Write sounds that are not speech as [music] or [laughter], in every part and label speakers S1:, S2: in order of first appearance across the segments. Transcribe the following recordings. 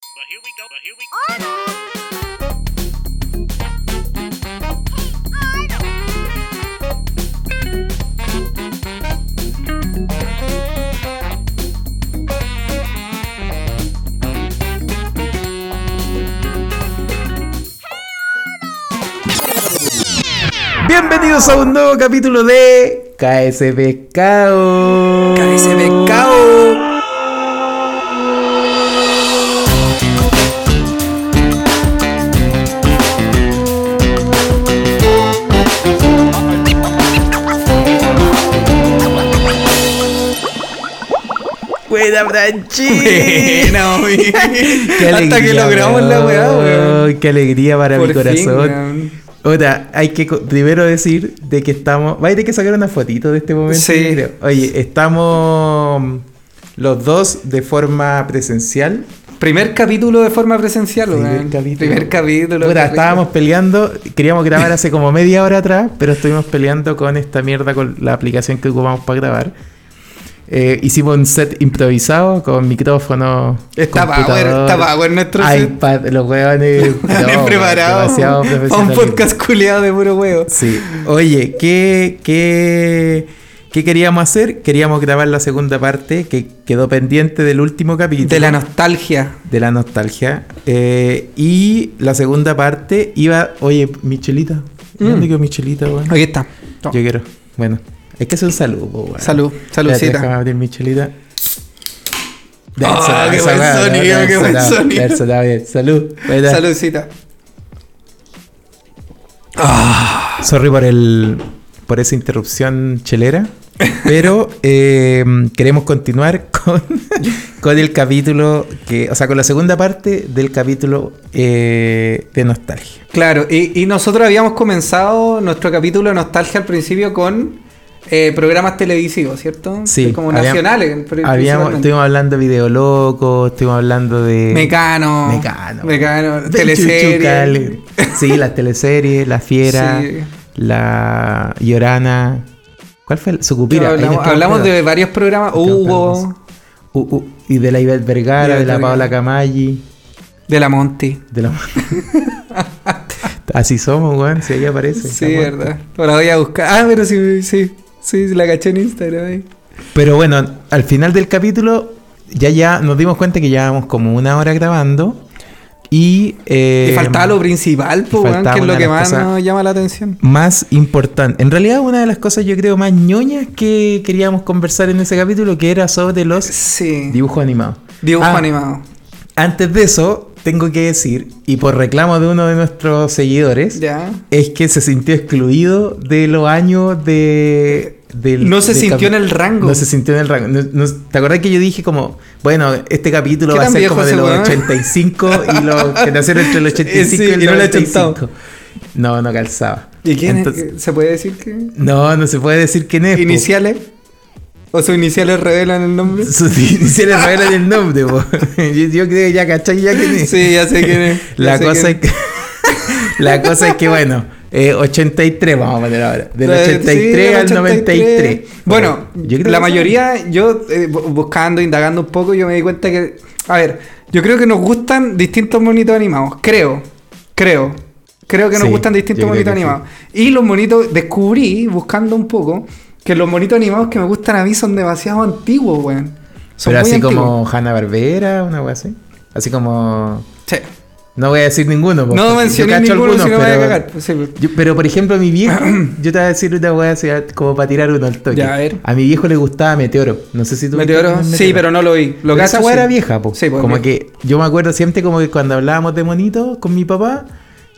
S1: But here we go. But here we go.
S2: Bienvenidos a un nuevo capítulo de KSB Cao. [laughs]
S3: KSB Cao.
S2: Buena,
S3: [laughs]
S2: Franchi.
S3: Buena, oye.
S2: Qué
S3: Hasta que
S2: alegría,
S3: logramos la weá, weón.
S2: Qué alegría para mi
S3: Por fin,
S2: corazón.
S3: weón.
S2: Otra, hay que co- primero decir de que estamos. Va a tener que sacar una fotito de este momento.
S3: Sí.
S2: yo creo. Oye, estamos los dos de forma presencial.
S3: Primer capítulo de forma presencial, weón.
S2: Primer capítulo.
S3: Primer capítulo,
S2: Puta,
S3: qué rico.
S2: estábamos peleando, queríamos grabar hace como media hora atrás, pero estuvimos peleando con esta mierda, con la aplicación que ocupamos para grabar. Eh, hicimos un set improvisado con micrófono.
S3: Está power,
S2: computador,
S3: está power nuestro
S2: [laughs]
S3: set.
S2: iPad, los huevones.
S3: [laughs] Bien preparado.
S2: Demasiado
S3: A un
S2: profesionalismo.
S3: podcast culeado de puro huevo.
S2: Sí. Oye, ¿qué, qué, qué queríamos hacer? Queríamos grabar la segunda parte que quedó pendiente del último capítulo
S3: De la nostalgia.
S2: de la nostalgia. Eh, y la segunda parte iba. Oye, Michelita. ¿Dónde
S3: Mm.
S2: quedó Michelita, weón?
S3: Aquí está. No.
S2: Yo quiero. Bueno, es que es un saludo, po, weón.
S3: Salud,
S2: Espérate,
S3: saludcita.
S2: déjame abrir Michelita. Dale,
S3: Ah,
S2: salado,
S3: qué
S2: esa
S3: buen
S2: weá,
S3: sonido,
S2: dale,
S3: qué
S2: salado,
S3: buen
S2: dale,
S3: sonido.
S2: salado, bien. Salud. Buena.
S3: Saludcita.
S2: Sorry por el. por esa interrupción chelera. Pero [laughs] eh, queremos continuar con, [laughs] con el capítulo que. O sea, con la segunda parte del capítulo eh, de nostalgia.
S3: Claro, y, y nosotros habíamos comenzado nuestro capítulo de nostalgia al principio con eh, programas televisivos, ¿cierto?
S2: Sí,
S3: Como
S2: habíamos-
S3: nacionales. pri-
S2: Habíamos,
S3: principalmente.
S2: estuvimos hablando de Video Loco, estuvimos hablando de.
S3: Mecano.
S2: Mecano.
S3: Mecano.
S2: de
S3: Teleserie.
S2: Chuchucale.
S3: [laughs]
S2: Sí, las teleseries, La Fiera,
S3: Sí.
S2: La Llorana. ¿Cuál fue? Sucupira.
S3: Pero
S2: ahí nos
S3: hablamos
S2: quedamos
S3: hablamos de
S2: pegados.
S3: varios programas.
S2: Nos quedamos
S3: Hugo,
S2: pegados. U- u- y de la Ivette Vergara,
S3: Ivette
S2: de la
S3: Vergara.
S2: Paola Camaggi,
S3: de la Monti.
S2: de
S3: [laughs]
S2: la. Así somos, weón, si ahí aparece.
S3: Sí,
S2: la muerte.
S3: verdad. Ahora voy a buscar. Ah, pero sí, sí. Sí, la caché en Instagram. ahí.
S2: Pero bueno, al final del capítulo ya ya nos dimos cuenta que llevábamos como una hora grabando y... eh,
S3: y faltaba lo principal, po, weón,
S2: faltaba
S3: que es
S2: una
S3: lo
S2: de
S3: que
S2: las
S3: más
S2: cosas-
S3: nos llama la atención.
S2: Más importante. En realidad una de las cosas yo creo más ñoñas que queríamos conversar en ese capítulo que era sobre los
S3: Sí.
S2: dibujos animados.
S3: Dibujo
S2: Ah,
S3: animado.
S2: Antes de eso, tengo que decir, y por reclamo de uno de nuestros seguidores,
S3: Ya.
S2: es que se sintió excluido de los años de... del-
S3: No se
S2: del
S3: sintió en
S2: capi-
S3: el rango.
S2: No se sintió en el rango. No- no- ¿Te acordás que yo dije como, bueno, este capítulo
S3: ¿Qué
S2: va a
S3: tan
S2: ser
S3: viejo
S2: como de
S3: ese
S2: los
S3: weón? Eh,
S2: 85 y los que nacieron entre
S3: [laughs]
S2: el 85
S3: Sí,
S2: y el
S3: y no le ha
S2: 95? No, no calzaba.
S3: ¿Y quién es?
S2: Entonces-
S3: ¿Se puede decir que?
S2: No, no se puede decir quién es. po.
S3: ¿Iniciales? ¿O sus iniciales revelan el nombre?
S2: Sus [laughs] iniciales revelan el nombre,
S3: [laughs]
S2: po. Yo, yo creo que ya cachai ya quién es.
S3: Sí, ya sé quién es. ya
S2: [laughs] La
S3: sé
S2: cosa,
S3: quién
S2: es que, la cosa es que, [laughs] bueno, eh, 83 vamos a poner ahora. Del
S3: Eh, sí,
S2: 83 al 93.
S3: Bueno,
S2: Yo creo
S3: la
S2: que-
S3: mayoría, yo eh, bu- buscando, indagando un poco, yo me di cuenta que. A ver, yo creo que nos gustan distintos monitos animados. Creo. Creo. Creo que nos
S2: Sí,
S3: gustan
S2: yo
S3: distintos
S2: creo
S3: monitos
S2: que sí.
S3: animados. Y los monitos, descubrí, buscando un poco, que los monitos animados que me gustan a mí son demasiado antiguos, weón. Son
S2: Pero
S3: muy
S2: así
S3: antiguos.
S2: como Hanna Barbera, una wea así. Así como.
S3: Sí.
S2: No voy a decir ninguno. porque
S3: No
S2: yo
S3: mencioné
S2: cacho
S3: ninguno, si no me voy a
S2: pero-
S3: cagar. Pues sí, pues.
S2: Yo- pero por ejemplo, a mi
S3: [clears throat]
S2: viejo, yo te voy a decir una wea así como para tirar uno al toque.
S3: Ya, a ver.
S2: mi viejo le gustaba Meteoro. No sé si tú.
S3: Meteoro, sí, pero no lo vi. Lo
S2: Pero
S3: que
S2: esa weá era vieja, po.
S3: Sí, pues,
S2: como
S3: vieja.
S2: que yo me acuerdo siempre como que cuando hablábamos de monitos con mi papá,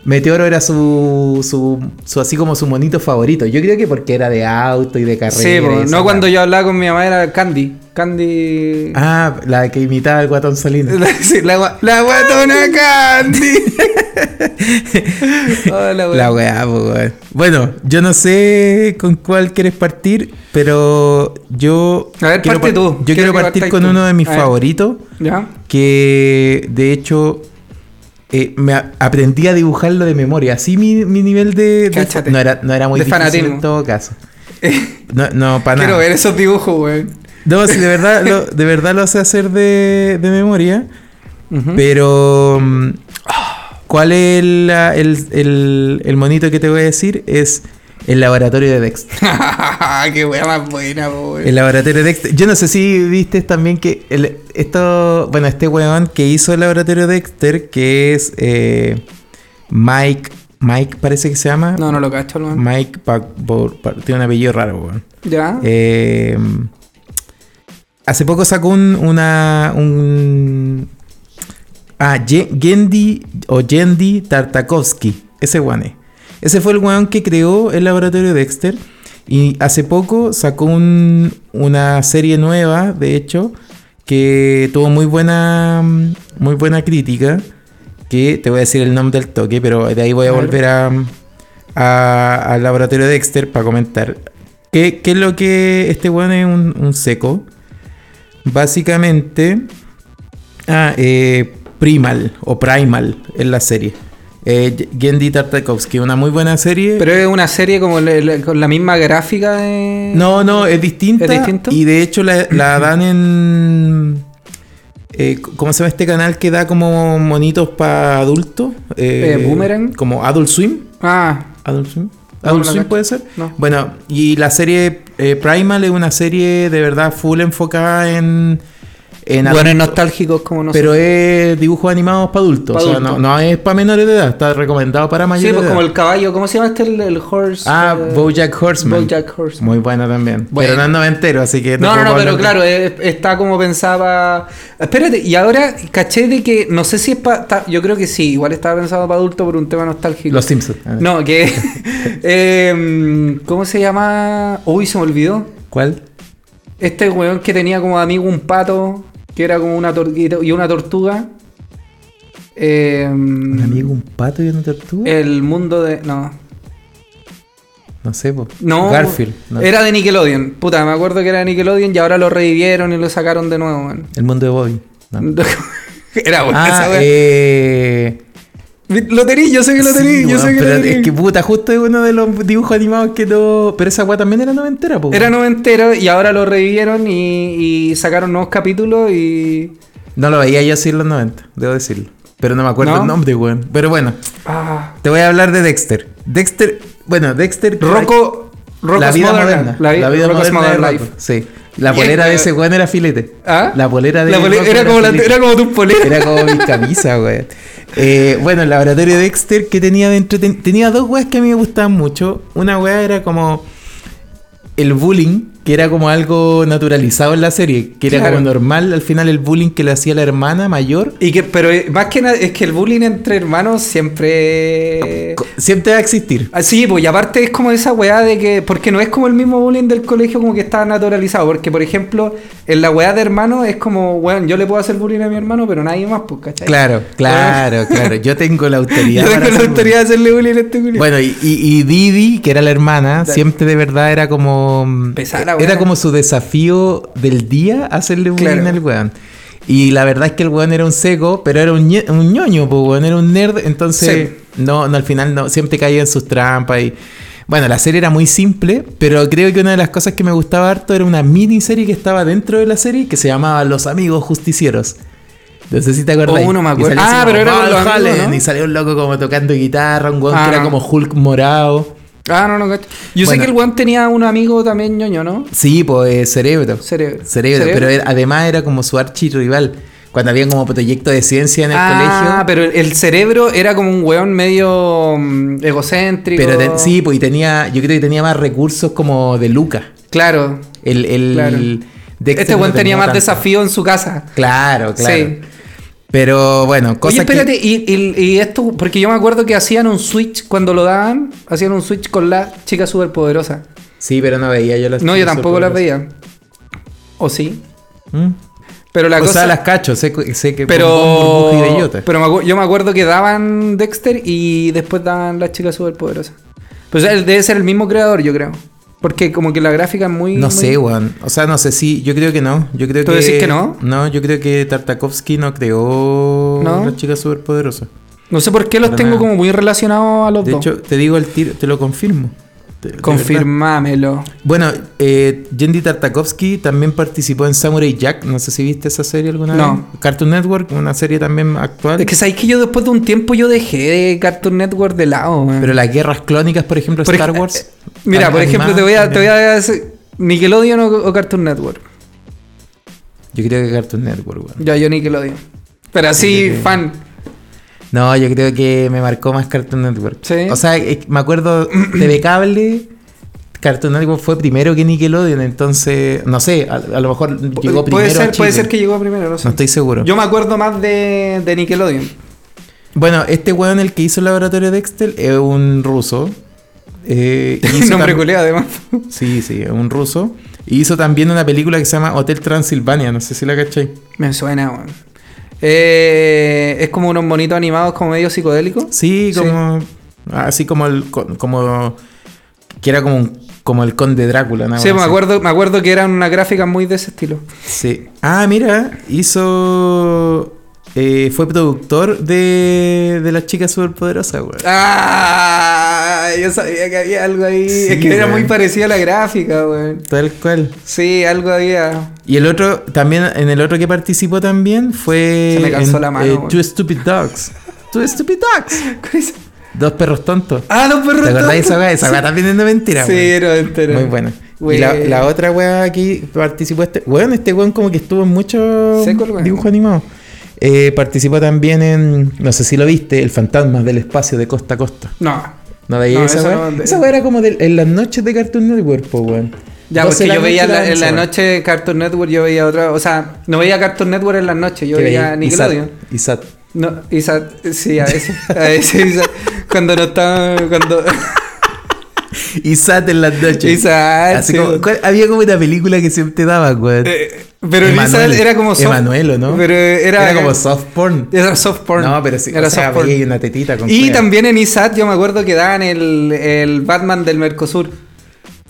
S2: Meteoro era su, su, su- así como su monito favorito. Yo creo que porque era de auto y de carrera.
S3: Sí, po,
S2: y esa
S3: no cuando
S2: weá.
S3: yo hablaba con mi mamá era Candy. Candy.
S2: Ah, la que imitaba al guatón Salinas.
S3: La, [laughs] sí, la, gua- la guatona [laughs] Candy. Oh, Hola,
S2: La weá, po, weón. Bueno, yo no sé con cuál quieres partir, pero yo.
S3: A ver,
S2: quiero
S3: parte
S2: par-
S3: tú.
S2: Yo
S3: Quiero
S2: quiero
S3: que
S2: partir
S3: partáis
S2: con
S3: tú.
S2: uno de mis
S3: A ver.
S2: favoritos.
S3: ¿Ya?
S2: que de hecho eh, me a- aprendí a dibujarlo de memoria. Así mi, mi nivel de, de-
S3: Cáchate.
S2: no era no era muy
S3: De
S2: difícil
S3: fanatismo.
S2: en todo
S3: [laughs]
S2: caso. No, no para
S3: Quiero
S2: nada.
S3: ver esos dibujos, weón.
S2: No, si de verdad lo, de verdad lo sé hacer de, de memoria.
S3: Ujú.
S2: Pero. mm, ¿Cuál es la- el, el- el monito que te voy a decir? Es el laboratorio de Dexter.
S3: [laughs] Qué wea más buena, po, weón.
S2: El laboratorio de Dexter. Yo no sé si viste también que. el- esto. Bueno, este weón que hizo el laboratorio de Dexter, que es. eh, Mike. Mike parece que se llama.
S3: No, no lo cacho, weón.
S2: Mike Backboard. Tiene un apellido raro, weón.
S3: ¿Ya?
S2: Eh, hace poco sacó un, una. Un, ah, Ye- Gendy o Gendy Tartakovsky. Ese weón es. Ese fue el weón que creó el laboratorio Dexter. Y hace poco sacó un- una serie nueva, de hecho, que tuvo muy buena, muy buena crítica. Que te voy a decir el nombre del toque, pero de ahí voy a
S3: Claro.
S2: volver a, a- al laboratorio Dexter para comentar. ¿Qué, qué es lo que este weón es un, un seco? Básicamente, ah, eh, Primal o Primal en la serie. Eh, Gendy Tartakovsky, una muy buena serie.
S3: Pero es una serie como le- le- con la misma gráfica de...
S2: No, no, es distinta.
S3: ¿Es distinto?
S2: Y de hecho la,
S3: [clears throat]
S2: la dan en. eh, ¿Cómo se llama este canal que da como monitos para adultos?
S3: Eh, Boomerang.
S2: Como Adult Swim.
S3: Ah,
S2: Adult Swim.
S3: No,
S2: Adult
S3: no la
S2: Swim
S3: cacho.
S2: puede ser.
S3: No.
S2: Bueno, y la serie eh, Primal es una serie de verdad full enfocada en. en
S3: bueno,
S2: adultos,
S3: nostálgicos como nosotros.
S2: Pero es dibujos animados para adultos.
S3: Pa'
S2: o sea,
S3: adultos.
S2: No, no es para menores de edad, está recomendado para
S3: Sí,
S2: mayores
S3: pues
S2: de
S3: como
S2: edad.
S3: el caballo, ¿cómo se llama este? El, el horse.
S2: Ah,
S3: eh,
S2: Bojack Horseman.
S3: Bojack Horseman.
S2: Muy buena también.
S3: Bueno.
S2: Pero no es noventero, así que.
S3: No, no, no,
S2: puedo
S3: pero
S2: hablar de-
S3: claro, es- está como pensaba. Espérate, y ahora caché de que no sé si es para. Yo creo que sí, igual estaba pensado para adulto por un tema nostálgico.
S2: Los Simpsons. Ah, A ver.
S3: No, que. [laughs] em, ¿Cómo se llama? Uy, se me olvidó.
S2: ¿Cuál?
S3: Este weón que tenía como amigo un pato, que era como una tortuga y una tortuga. Em,
S2: ¿Un amigo, un pato y una tortuga?
S3: El mundo de. No.
S2: no sé, po.
S3: No.
S2: Garfield. no.
S3: Era de Nickelodeon. Puta, me acuerdo que era de Nickelodeon y ahora lo revivieron y lo sacaron de nuevo, weón.
S2: El mundo de Bobby. no.
S3: [laughs] Era buena
S2: Ah,
S3: esa wea.
S2: eh.
S3: Lo tení, yo sé que lo
S2: sí,
S3: tení, yo
S2: weón,
S3: sé que
S2: pero
S3: lo tení.
S2: Es que puta, justo es uno de los dibujos animados que no. Pero esa weá también era noventera, po.
S3: Era noventero y ahora lo revivieron y, y sacaron nuevos capítulos y...
S2: No lo veía yo así en los 90, debo decirlo. Pero no me acuerdo
S3: ¿No?
S2: el nombre, weón. Pero bueno,
S3: Ah.
S2: te voy a hablar de Dexter. Dexter. Bueno, Dexter.
S3: Rocco... Rocco's
S2: la vida
S3: Modern
S2: moderna.
S3: Life. La, vi-
S2: vida
S3: Rocco's
S2: moderna de
S3: Modern
S2: Rocco,
S3: Life.
S2: Sí. La
S3: Y
S2: polera
S3: esta-
S2: de ese weón era filete.
S3: ¿Ah?
S2: La polera de
S3: La pole-
S2: Rocco
S3: era, como la,
S2: filete.
S3: era como tu polera.
S2: Era como mi camisa, güey. Eh, bueno, el laboratorio de Dexter que tenía dentro. ten- tenía dos weas que a mí me gustaban mucho. Una wea era como el bullying, que era como algo naturalizado en la serie, que era
S3: Claro.
S2: como normal. Al final, el bullying que le hacía la hermana mayor.
S3: Y que, pero eh, más que nada es que el bullying entre hermanos siempre...
S2: co- Siempre va a existir.
S3: Ah, Sí, pues y aparte es como esa weá de que. Porque no es como el mismo bullying del colegio como que está naturalizado. Porque, por ejemplo, en la weá de hermano es como, weón, yo le puedo hacer bullying a mi hermano, pero nadie más, pues, ¿cachai? [laughs]
S2: Claro, claro, claro. Yo tengo la autoridad.
S3: Yo
S2: para
S3: tengo la
S2: hacer bullying.
S3: autoridad de hacerle bullying a este bullying.
S2: pues. Bueno, y, y- y Didi, que era la hermana,
S3: Dale.
S2: siempre de verdad era como. eh,
S3: Pesada la
S2: era
S3: weona.
S2: como su desafío del día hacerle bullying
S3: Claro.
S2: al weón. Y la verdad es que el weón era un seco, pero era un, ñe- un ñoño, po, weón, era un nerd. Entonces, no, no, al final no, siempre caía en sus trampas y. Bueno, la serie era muy simple, pero creo que una de las cosas que me gustaba harto era una miniserie que estaba dentro de la serie que se llamaba Los Amigos Justicieros. No sé si te acuerdas.
S3: Oh, no me acuerdo. Ah, pero era con los amigos, ¿no?
S2: Y salió un loco como tocando guitarra, un weón
S3: Ah,
S2: que era
S3: no.
S2: como Hulk morado.
S3: ah, no, no, cacho. Yo sé
S2: Bueno.
S3: que el weón tenía un amigo también ñoño, ¿no?
S2: Sí, pues cerebro.
S3: Cerebro.
S2: Cerebro, pero era- además era como su archirrival. Cuando había como proyecto de ciencia en el
S3: Ah,
S2: colegio.
S3: pero el- el cerebro era como un weón medio mm, egocéntrico.
S2: Pero ten- sí, pues y tenía, yo creo que tenía más recursos como de Luca.
S3: Claro.
S2: El, el
S3: Claro.
S2: Dexter
S3: este
S2: no
S3: weón tenía más
S2: tanto.
S3: desafío en su casa.
S2: Claro, claro.
S3: Sí.
S2: Pero bueno,
S3: Oye,
S2: cosas que-
S3: espérate, y, y- y esto, porque yo me acuerdo que hacían un switch cuando lo daban, hacían un switch con la chica superpoderosa.
S2: Sí, pero no veía yo las
S3: No, yo
S2: las
S3: tampoco las
S2: sorpresas.
S3: veía. O sí.
S2: ¿Mm?
S3: Pero la
S2: o
S3: cosa.
S2: sea, las cacho, sé, que- sé que
S3: pero
S2: Bombón, Burbuja y Bellota.
S3: pero me acu- yo me acuerdo que daban Dexter y después daban la chica superpoderosa. Pues él debe ser el mismo creador, yo creo. Porque como que la gráfica es muy.
S2: No
S3: muy-
S2: sé, weón. O sea, no sé si. Yo creo que no. Yo creo
S3: ¿Tú
S2: que,
S3: decís que no?
S2: No, yo creo que Tartakovsky no creó
S3: ¿No?
S2: la chica superpoderosa.
S3: No sé por qué los
S2: Para
S3: tengo
S2: nada.
S3: como muy relacionados a los
S2: De
S3: dos.
S2: hecho, te digo el tiro, te lo confirmo. de- de
S3: Confirmámelo.
S2: verdad. Bueno, eh, Jendy Tartakovsky también participó en Samurai Jack. No sé si viste esa serie alguna
S3: No.
S2: vez. Cartoon Network, una serie también actual.
S3: Es que sabéis que yo después de un tiempo yo dejé de Cartoon Network de lado, weón.
S2: Pero las guerras clónicas, por ejemplo,
S3: Por ej-
S2: Star Wars.
S3: eh, Mira, por
S2: animadas
S3: ejemplo, te voy a, te voy
S2: también.
S3: a decir Nickelodeon o, o Cartoon Network.
S2: Yo creo que Cartoon Network, weón.
S3: Ya, yo Nickelodeon. Pero así,
S2: Nickelodeon.
S3: fan.
S2: No, yo creo que me marcó más Cartoon Network.
S3: Sí.
S2: O sea, eh, me acuerdo
S3: [clears throat]
S2: TV Cable. Cartoon Network fue primero que Nickelodeon, entonces, no sé, a, a lo mejor llegó primero.
S3: puede
S2: a
S3: ser, puede
S2: Chile.
S3: ser que llegó primero, no sé.
S2: No estoy seguro.
S3: Yo me acuerdo más de, de Nickelodeon.
S2: Bueno, este weón, el que hizo el laboratorio Dexter, es un ruso.
S3: [laughs]
S2: Eh, hizo
S3: Nombre
S2: tam-
S3: culeado, además. [laughs]
S2: Sí, sí, es un ruso. Y hizo también una película que se llama Hotel Transilvania, no sé si la cachai.
S3: Me suena, weón. Eh, es como unos bonitos animados como medio psicodélicos.
S2: Sí,
S3: Sí.
S2: como. Así como el. co- como. que era como un- como el conde Drácula, una
S3: sí,
S2: wea
S3: me
S2: así.
S3: acuerdo, me acuerdo que eran unas gráficas muy de ese estilo.
S2: Sí. Ah, mira, hizo. eh, fue productor de. de las chicas superpoderosas, weón.
S3: Ah, yo sabía que había algo ahí.
S2: Sí,
S3: es que era
S2: weón.
S3: muy parecida a la gráfica, weón.
S2: Tal cual.
S3: Sí, algo había. [laughs]
S2: Y el otro, también, en el otro que participó también fue.
S3: Se me cansó
S2: en, eh,
S3: la mano, weón.
S2: Two Stupid Dogs. Two Stupid Dogs.
S3: ¿Cuál es?
S2: Dos perros tontos.
S3: Ah, los perros.
S2: ¿Te acordás de
S3: tontos.
S2: esa weá? Esa weá también es de mentira,
S3: Sí,
S2: weón.
S3: era entero.
S2: Muy buena. Y
S3: Güey.
S2: la, la otra weá aquí participó este. Weón, este weón como que estuvo en muchos
S3: Seco el weón.
S2: dibujos animados. Eh, participó también en. No sé si lo viste, El Fantasma del Espacio de Costa a Costa.
S3: No.
S2: ¿No veía
S3: No,
S2: esa
S3: esa no
S2: weá?
S3: mandé.
S2: esa weá era como de- en las noches de Cartoon Network, po, weón.
S3: Ya,
S2: 12
S3: porque
S2: de
S3: yo veía
S2: la,
S3: la- en
S2: noche,
S3: la
S2: weón.
S3: noche Cartoon Network, yo veía otra. O sea, no veía Cartoon Network en las noches, yo
S2: ¿Qué
S3: veía
S2: veía?
S3: Nickelodeon.
S2: Isaac- Isaac.
S3: No, Isa, sí, a veces. A veces Isa, cuando no estaba.
S2: [laughs]
S3: Cuando.
S2: Isat en las noches.
S3: Isa.
S2: Así
S3: sí.
S2: como- ¿cuál- había como una película que siempre daba, güey.
S3: Eh, pero el Isa
S2: Emanuel.
S3: era como soft.
S2: Emanuel, ¿o no?
S3: Pero era.
S2: Era como soft porn.
S3: Era soft porn.
S2: No, pero sí.
S3: Era
S2: o sea,
S3: soft porn.
S2: veía una tetita con
S3: Y
S2: cueva.
S3: también en ISAT yo me acuerdo que daban el, el Batman del Mercosur.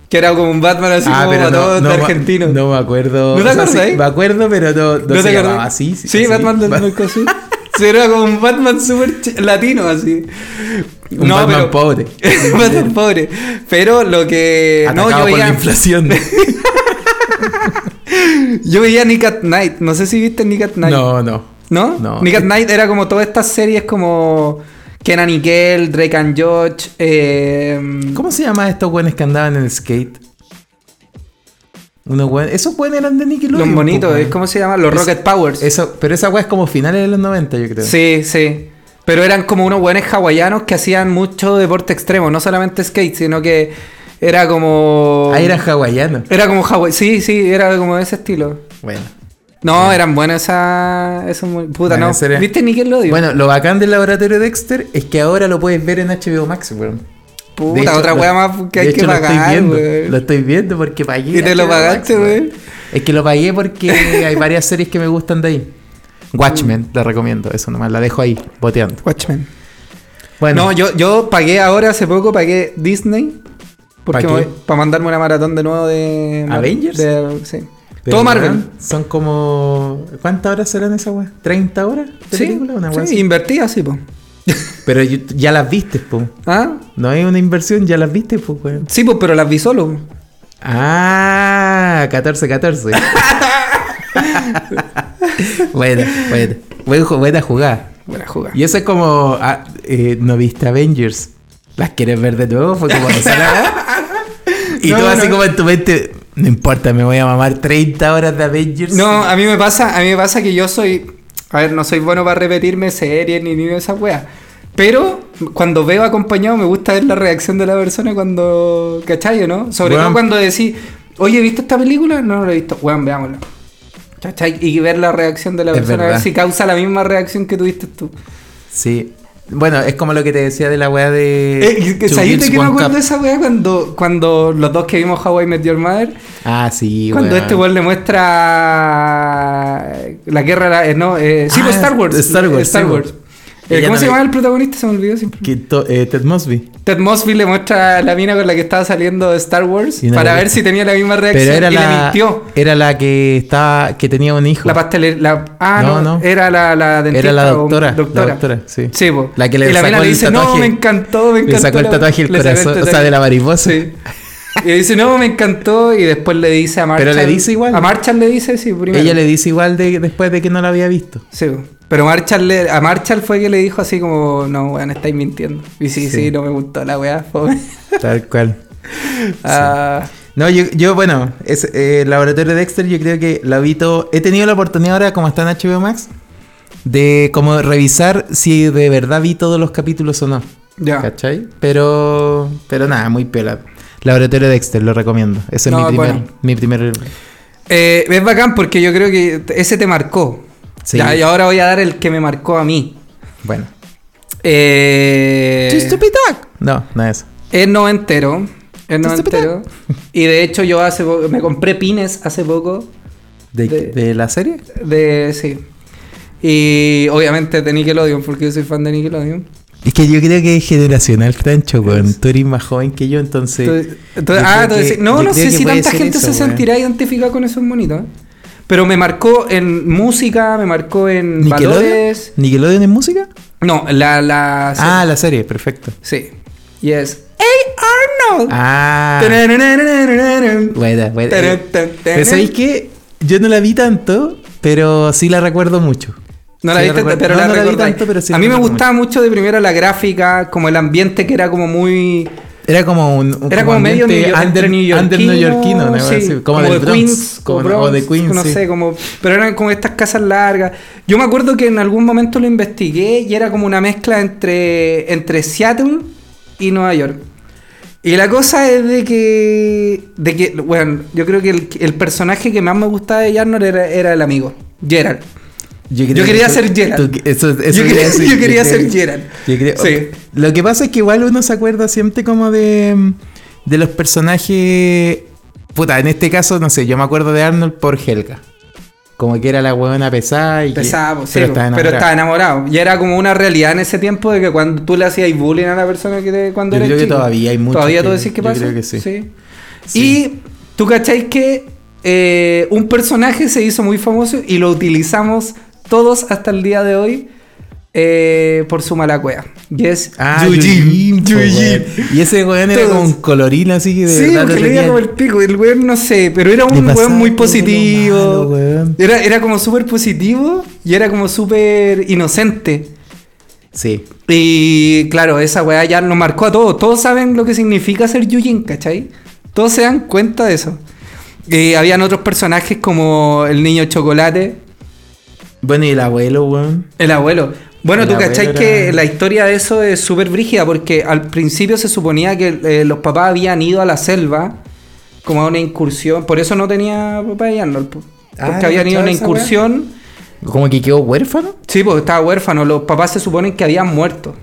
S3: Que era como un Batman así
S2: Ah,
S3: como
S2: pero
S3: a todos
S2: no,
S3: de
S2: no,
S3: argentino.
S2: No me acuerdo.
S3: ¿No te
S2: O sea,
S3: acordás?
S2: sí, me acuerdo, pero no, no,
S3: ¿No
S2: se
S3: te
S2: llamaba
S3: acordás?
S2: así.
S3: Sí,
S2: [laughs]
S3: Batman del
S2: Ba-
S3: Mercosur. Sí, era como un Batman súper ch- latino, así.
S2: Un Batman
S3: pero-
S2: pobre.
S3: [laughs] Batman pobre. Pero lo que...
S2: Atacado
S3: no, yo
S2: por la
S3: veía, [laughs]
S2: inflación.
S3: yo veía Nick at Night. No sé si viste Nick at Night.
S2: no, no.
S3: ¿No?
S2: No.
S3: Nick at Night era como todas estas series como... Kenan y Kel, Drake and George, eh,
S2: ¿Cómo se llamaban estos güeyes que andaban en skate? Unos güeyes. Esos güeyes eran de Nickelodeon.
S3: los
S2: po,
S3: bonitos,
S2: güey.
S3: ¿eh? ¿cómo se llama? Los
S2: pues, Es-
S3: Rocket Powers.
S2: Eso, pero esa weá es como finales de los 90, yo creo.
S3: Sí, sí. Pero eran como unos buenos hawaianos que hacían mucho deporte extremo, no solamente skate, sino que era como.
S2: Ah, era hawaiano.
S3: Era como Hawaii. Sí, sí, era como de ese estilo.
S2: Bueno.
S3: No, eran buenas esas. Esos muy... Puta,
S2: Bueno,
S3: no.
S2: ese era-
S3: ¿Viste Nickelodeon?
S2: Bueno, lo bacán del laboratorio Dexter es que ahora lo puedes ver en HBO Max, weón.
S3: Puta,
S2: hecho,
S3: otra
S2: lo-
S3: wea más que
S2: de
S3: hay que
S2: hecho, Lo estoy
S3: pagar,
S2: viendo,
S3: güey.
S2: lo estoy viendo porque pagué.
S3: Y te lo
S2: HBO Max,
S3: pagaste, güey.
S2: Es que lo pagué [laughs] porque hay varias series que me gustan de ahí. Watchmen, la recomiendo, eso nomás, la dejo ahí, boteando.
S3: Watchmen.
S2: Bueno,
S3: No, yo, yo pagué ahora hace poco, pagué Disney. Porque
S2: ¿Pa qué?
S3: para mandarme una maratón de nuevo de.
S2: ¿Avengers?
S3: de- sí.
S2: pero,
S3: Todo Marvel.
S2: weón, Son como. ¿Cuántas horas serán esa weá? ¿30 horas de
S3: Sí,
S2: película? Una weá
S3: sí,
S2: así.
S3: invertí así, po.
S2: Pero yo- ya las viste, po.
S3: ¿Ah?
S2: No hay una inversión, ya las viste, pues, weón.
S3: Sí, pues, pero las vi solo.
S2: Ah, [laughs] 14-14. bueno, bueno. Buen ju- buena jugada.
S3: Buena jugada.
S2: Y eso es como. ah, eh, no viste Avengers. ¿Las quieres ver de nuevo? Fue como. esa
S3: [laughs]
S2: la- y
S3: No,
S2: tú,
S3: no.
S2: así como en tu mente. No importa, me voy a mamar 30 horas de Avengers.
S3: No, a mí me pasa, a mí me pasa que yo soy, a ver, no soy bueno para repetirme series ni ni de esa wea. Pero cuando veo acompañado me gusta ver la reacción de la persona cuando, ¿cachai, o no? Sobre
S2: Weón.
S3: todo cuando decís, "Oye, ¿viste esta película?" No, no la he visto. Weón, veámosla. ¿Cachai? Y ver la reacción de la
S2: Es
S3: persona, a ver
S2: verdad.
S3: si causa la misma reacción que tuviste tú.
S2: Sí. Bueno, es como lo que te decía de la weá de.
S3: Eh, que-
S2: Two
S3: ¿Sabiste
S2: Girls,
S3: que me
S2: One
S3: acuerdo
S2: Cup?
S3: de esa wea cuando, cuando los dos que vimos How I Met Your Mother?
S2: Ah, sí,
S3: Cuando
S2: weón.
S3: este weón le muestra la guerra, eh, no, eh, sí,
S2: Ah,
S3: pues Star Wars.
S2: Star Wars,
S3: Star
S2: sí,
S3: Wars. Eh,
S2: Ella
S3: ¿Cómo
S2: no
S3: se
S2: le-
S3: llama el protagonista? Se me olvidó siempre.
S2: Que to- eh, Ted Mosby.
S3: Ted Mosby le muestra a la mina con la que estaba saliendo de Star Wars
S2: Y no
S3: para
S2: le-
S3: ver si tenía la misma reacción
S2: Pero era
S3: y le
S2: la,
S3: mintió.
S2: era la que estaba, que tenía un hijo.
S3: La pastelera. La, ah, no,
S2: No, no.
S3: Era la, la dentista.
S2: Era la
S3: o
S2: doctora, la doctora, sí.
S3: po.
S2: La que le
S3: y la
S2: sacó
S3: mina
S2: el
S3: le dice, no,
S2: tatuaje.
S3: me encantó, me encantó.
S2: le sacó el
S3: la-
S2: tatuaje del
S3: le sacó el
S2: corazón, o sea,
S3: tatuaje".
S2: de la mariposa.
S3: Sí. Y le dice, no, me encantó. Y después le dice a Marshall.
S2: Pero le dice igual.
S3: A Marshall le dice, sí, primero.
S2: Ella le dice igual de, después de que no la había
S3: [laughs]
S2: visto.
S3: Sí, po. pero Marshall le- a Marshall fue que le dijo así como, no, weón, estáis mintiendo. Y sí, sí,
S2: Sí.
S3: no me gustó la weá, fome.
S2: Tal cual.
S3: [laughs] Ah,
S2: No, yo, yo, bueno, es, eh, el laboratorio de Dexter, yo creo que la vi todo. He tenido la oportunidad ahora, como está en HBO Max, de como revisar si de verdad vi todos los capítulos o no.
S3: ya.
S2: ¿Cachai? Pero, pero nada, muy pela. Laboratorio de Dexter, lo recomiendo. Ese
S3: No,
S2: es mi primer,
S3: bueno.
S2: mi primer.
S3: Eh, es bacán porque yo creo que ese te marcó.
S2: Sí.
S3: Ya, y ahora voy a dar el que me marcó a mí.
S2: Bueno.
S3: Eh,
S2: No, no es.
S3: es noventero. Es
S2: Tú estúpido.
S3: noventero. Y de hecho yo hace po- me compré pines hace poco.
S2: ¿De,
S3: De-
S2: de la serie?
S3: De... Sí. Y obviamente de Nickelodeon porque yo soy fan de Nickelodeon.
S2: Es que yo creo que es generacional, Francho, weón. Tú eres más joven que yo, entonces.
S3: Entonces- entonces-
S2: yo
S3: ah,
S2: creo
S3: entonces,
S2: que-
S3: no,
S2: yo
S3: no
S2: creo
S3: sé
S2: que
S3: si
S2: puede
S3: tanta
S2: ser
S3: gente
S2: eso,
S3: se
S2: weón.
S3: sentirá identificada con esos monitos. ¿eh? Pero me marcó en música, me marcó en
S2: ¿Nickelodeon?
S3: valores.
S2: ¿Nickelodeon en música?
S3: No, la... la
S2: Ah, la serie, perfecto.
S3: Sí. Y es... ¡Hey, Arnold!
S2: Ah.
S3: Tarararararararan.
S2: Buena, buena.
S3: Tarán, tan,
S2: Pero
S3: tarán.
S2: ¿sabéis qué? Yo no la vi tanto, pero sí la recuerdo mucho.
S3: No la
S2: Sí
S3: viste,
S2: recuerdo-
S3: pero
S2: No,
S3: la
S2: no la vi
S3: recordáis.
S2: tanto, pero sí
S3: A
S2: la
S3: mí me
S2: recuerdo
S3: gustaba mucho de primero la gráfica, como el ambiente que era como muy...
S2: Era como un. un-
S3: Era como medio
S2: ambiente
S3: new,
S2: under,
S3: neoyorquino,
S2: under neoyorquino, una cosa
S3: sí,
S2: así,
S3: como,
S2: como, del
S3: de
S2: Bronx,
S3: Queens,
S2: como,
S3: como Bronx,
S2: o de Queens,
S3: no
S2: sí.
S3: sé, como, pero eran como estas casas largas. Yo me acuerdo que en algún momento lo investigué y era como una mezcla entre, entre Seattle y Nueva York. Y la cosa es de que, de que bueno, yo creo que el, el personaje que más me gustaba de Yarnor era, era el amigo, Gerald. Yo quería
S2: que
S3: ser Gerard.
S2: tú- eso- eso
S3: Yo
S2: quería
S3: quería- [laughs]
S2: decir,
S3: yo quería
S2: creo-
S3: ser Gerard.
S2: yo creo-
S3: Sí.
S2: Lo que pasa es que igual uno se acuerda siempre como de, de los personajes. Puta, en este caso, no sé, yo me acuerdo de Arnold por Helga. Como que era la huevona pesada y. que-
S3: Pesaba, pues, sí, pero,
S2: estaba
S3: pero estaba
S2: enamorada.
S3: enamorado. Y era como una realidad en ese tiempo de que cuando tú le hacías bullying a la persona que te- cuando
S2: Yo
S3: eres
S2: creo que
S3: chico.
S2: todavía hay muchos
S3: Todavía tú
S2: que-
S3: decís que
S2: yo
S3: pasa.
S2: creo que sí.
S3: Y tú cacháis que eh, un personaje se hizo muy famoso y lo utilizamos todos hasta el día de hoy eh, por su mala cueva. Y es
S2: Ah,
S3: Yujin.
S2: Yujin, po,
S3: Yujin.
S2: weón. Y ese weón era
S3: Todos.
S2: como un colorín así que de
S3: Sí,
S2: verdad lo
S3: porque le
S2: tenía-
S3: iba como el pico. El weón no sé, pero era
S2: Le
S3: un
S2: pasaba
S3: weón muy
S2: todo lo
S3: positivo.
S2: malo, weón.
S3: era, era como súper positivo y era como súper inocente.
S2: Sí.
S3: Y claro, esa weá ya nos marcó a todos. Todos saben lo que significa ser Yujin, ¿cachai? Todos se dan cuenta de eso. Y habían otros personajes como el niño chocolate,
S2: Bueno, y el abuelo, weón.
S3: el abuelo. Bueno,
S2: El
S3: tú
S2: abuelo
S3: cachai
S2: era-
S3: que la historia de eso es súper brígida porque al principio se suponía que eh, los papás habían ido a la selva como a una incursión. Por eso no tenía papá y Arnold. po.
S2: Ah,
S3: Porque
S2: no
S3: habían ido
S2: cachaba
S3: a una
S2: esa weá.
S3: incursión.
S2: Como que quedó huérfano.
S3: Sí, porque estaba huérfano. Los papás se suponen que habían muerto.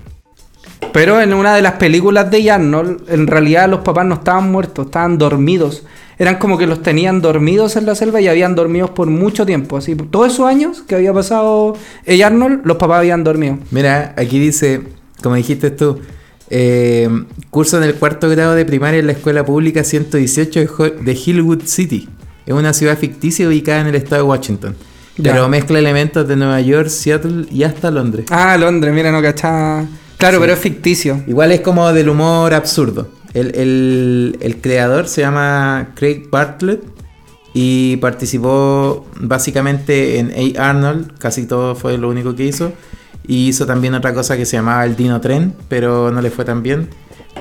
S3: Pero en una de las películas de Arnold, en realidad los papás no estaban muertos, estaban dormidos. Eran como que los tenían dormidos en la selva y habían dormido por mucho tiempo. Así, todos esos años que había pasado el Arnold, los papás habían dormido.
S2: Mira, aquí dice, como dijiste tú, eh, curso en el cuarto grado de primaria en la escuela pública 118 de Ho- de Hillwood City. Es una ciudad ficticia ubicada en el estado de Washington.
S3: Ya.
S2: Pero mezcla elementos de Nueva York, Seattle y hasta Londres.
S3: Ah, Londres, mira, no cachaba. Claro, pero es ficticio.
S2: Igual es como del humor absurdo. El, el- el creador se llama Craig Bartlett y participó básicamente en A. Arnold, casi todo fue lo único que hizo. Y hizo también otra cosa que se llamaba El Dino Tren, pero no le fue tan bien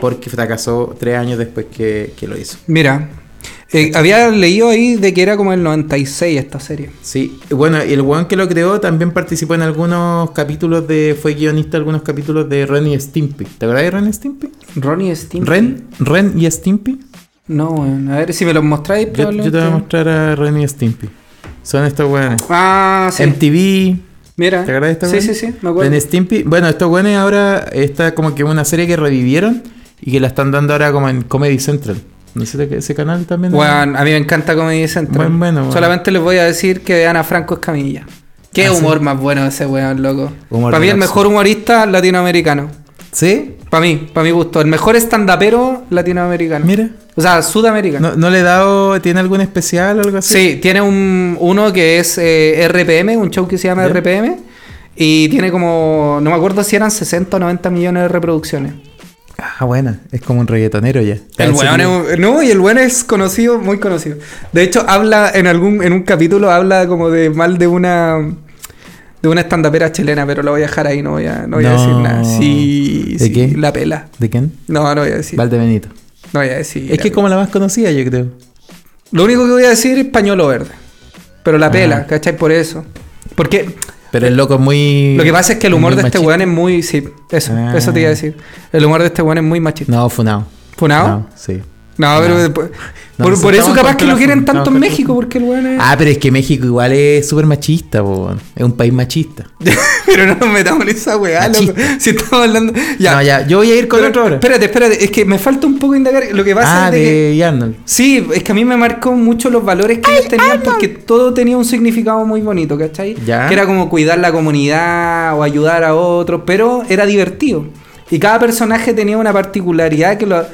S2: porque fracasó tres años después que, que lo hizo.
S3: Mira, eh, había leído ahí de que era como el 96 esta serie.
S2: Sí, bueno, y el weón que lo creó también participó en algunos capítulos de. Fue guionista de algunos capítulos de Ren y Stimpy. ¿Te acuerdas de Ren y Stimpy?
S3: Ronnie Steam.
S2: Ren, Ren y Stimpy.
S3: No, weón, a ver si me los mostráis.
S2: Yo, yo te voy a
S3: probablemente-
S2: mostrar a Ren y Stimpy. Son estos weones.
S3: Ah, sí.
S2: MTV.
S3: Mira.
S2: ¿Te acuerdas de estos
S3: Sí,
S2: weones?
S3: sí, sí, me acuerdo.
S2: Ren y Stimpy. Bueno, estos weones ahora está como que una serie que revivieron y que la están dando ahora como en Comedy Central. No sé que ese canal también.
S3: Weón, a mí me encanta Comedy Central.
S2: Bueno, bueno, bueno.
S3: Solamente les voy a decir que vean a Franco Escamilla. Qué
S2: Ah, sí.
S3: humor más bueno ese weón, loco.
S2: Humor
S3: para mí, el
S2: relax.
S3: mejor humorista latinoamericano.
S2: ¿Sí?
S3: Para mí, para mi gusto. El mejor estandapero latinoamericano.
S2: Mira.
S3: O sea, sudamericano.
S2: ¿No, no le he dado, tiene algún especial o algo así?
S3: Sí, tiene un, uno que es eh, RPM, un show que se llama
S2: Ya.
S3: RPM. Y tiene como, no me acuerdo si eran 60 o 90 millones de reproducciones.
S2: Ah, buena. Es como un reggaetonero ya.
S3: El
S2: Parece
S3: weón
S2: que-
S3: es un- no, y el weón es conocido, muy conocido. De hecho, habla en algún, en un capítulo habla como de mal de una de una estandapera chilena, pero lo voy a dejar ahí, no voy a, no voy a
S2: No.
S3: decir nada. Sí,
S2: ¿De
S3: sí,
S2: qué?
S3: la pela.
S2: ¿De quién?
S3: No, no voy a decir.
S2: Valdebenito.
S3: No voy a decir.
S2: Es que es como la más conocida, yo creo.
S3: Lo único que voy a decir es pañuelo verde. Pero la
S2: Ah.
S3: pela, ¿cachai? Por eso. Porque
S2: Pero el loco es muy.
S3: Eh, lo que pasa es que el
S2: muy
S3: humor de este
S2: machista.
S3: weón es muy. Sí, eso,
S2: Ah.
S3: eso te iba a decir. El humor de este weón es muy machista.
S2: No, funao.
S3: ¿Funado?
S2: No, sí.
S3: No, pero
S2: No.
S3: después-
S2: No,
S3: por,
S2: nos
S3: por eso
S2: sentamos
S3: capaz
S2: contra
S3: que lo
S2: la
S3: quieren
S2: fun-
S3: tanto en
S2: no,
S3: México, porque el weón es.
S2: Ah, pero es que México igual es súper machista, po, weón. es un país machista.
S3: [laughs] pero no nos metamos en esa weá, loco.
S2: Machista.
S3: Si estamos hablando. Ya.
S2: No, ya, yo voy a ir con
S3: Pero-
S2: otro ahora.
S3: Espérate, espérate. Es que me falta un poco indagar. Lo que
S2: ah,
S3: pasa es de que-
S2: de y Arnold.
S3: Sí, es que a mí me marcó mucho los valores que ellos tenían porque todo tenía un significado muy bonito, ¿cachai?
S2: Ya.
S3: Que era como cuidar la comunidad o ayudar a otros, pero era divertido. Y cada personaje tenía una particularidad que lo,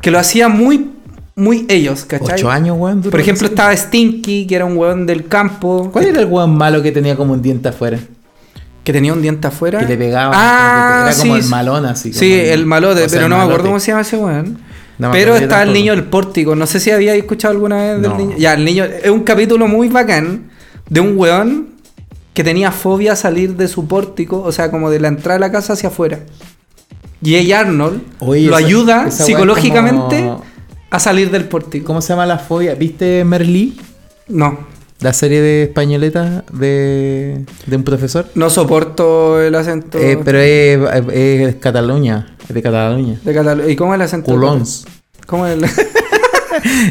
S3: que lo hacía muy, muy ellos, ¿cachai?
S2: Ocho años, weón. duró
S3: Por ejemplo,
S2: la serie.
S3: estaba Stinky, que era un hueón del campo.
S2: ¿Cuál era el weón malo que tenía como un diente afuera?
S3: Que tenía un diente afuera.
S2: Que le pegaba. como que te-
S3: Ah,
S2: era como
S3: sí,
S2: el
S3: sí.
S2: malón, así. como
S3: Sí, el malote,
S2: o sea,
S3: pero
S2: el
S3: no me acuerdo
S2: malote.
S3: cómo se llama ese weón.
S2: No me
S3: pero
S2: acuerdo yo
S3: está el
S2: tampoco.
S3: niño del pórtico. No sé si habíais escuchado alguna vez del
S2: No.
S3: niño. Ya, el niño. Es un capítulo muy bacán de un weón que tenía fobia a salir de su pórtico, o sea, como de la entrada de la casa hacia afuera. Y ella, Arnold,
S2: Oye,
S3: lo
S2: esa-
S3: ayuda
S2: esa weá es
S3: psicológicamente
S2: como-
S3: a salir del pórtico.
S2: ¿Cómo se llama la fobia? ¿Viste Merlí?
S3: No,
S2: La serie de españoletas de, de un profesor.
S3: no soporto el acento.
S2: Eh, pero es, es Cataluña. Es de Cataluña.
S3: de Catalu- ¿Y cómo es el acento?
S2: Culons.
S3: ¿Cómo es el.? [laughs]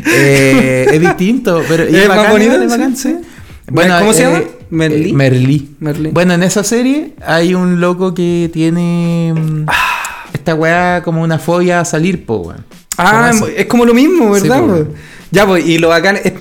S2: Eh, es distinto, pero y
S3: [laughs] Es más
S2: bacán,
S3: bonito,
S2: igual, es
S3: sí,
S2: bacán,
S3: sí.
S2: sí. Bueno,
S3: ¿Cómo se
S2: eh,
S3: llama?
S2: eh,
S3: Merlí.
S2: Merlí.
S3: Merlí.
S2: Bueno, en esa serie hay un loco que tiene mm, esta weá como una fobia a salir, po, weón.
S3: Ah,
S2: Como
S3: es como lo mismo,
S2: Sí,
S3: ¿verdad?
S2: po,
S3: po?
S2: weón.
S3: Ya, pues, y lo bacán. es-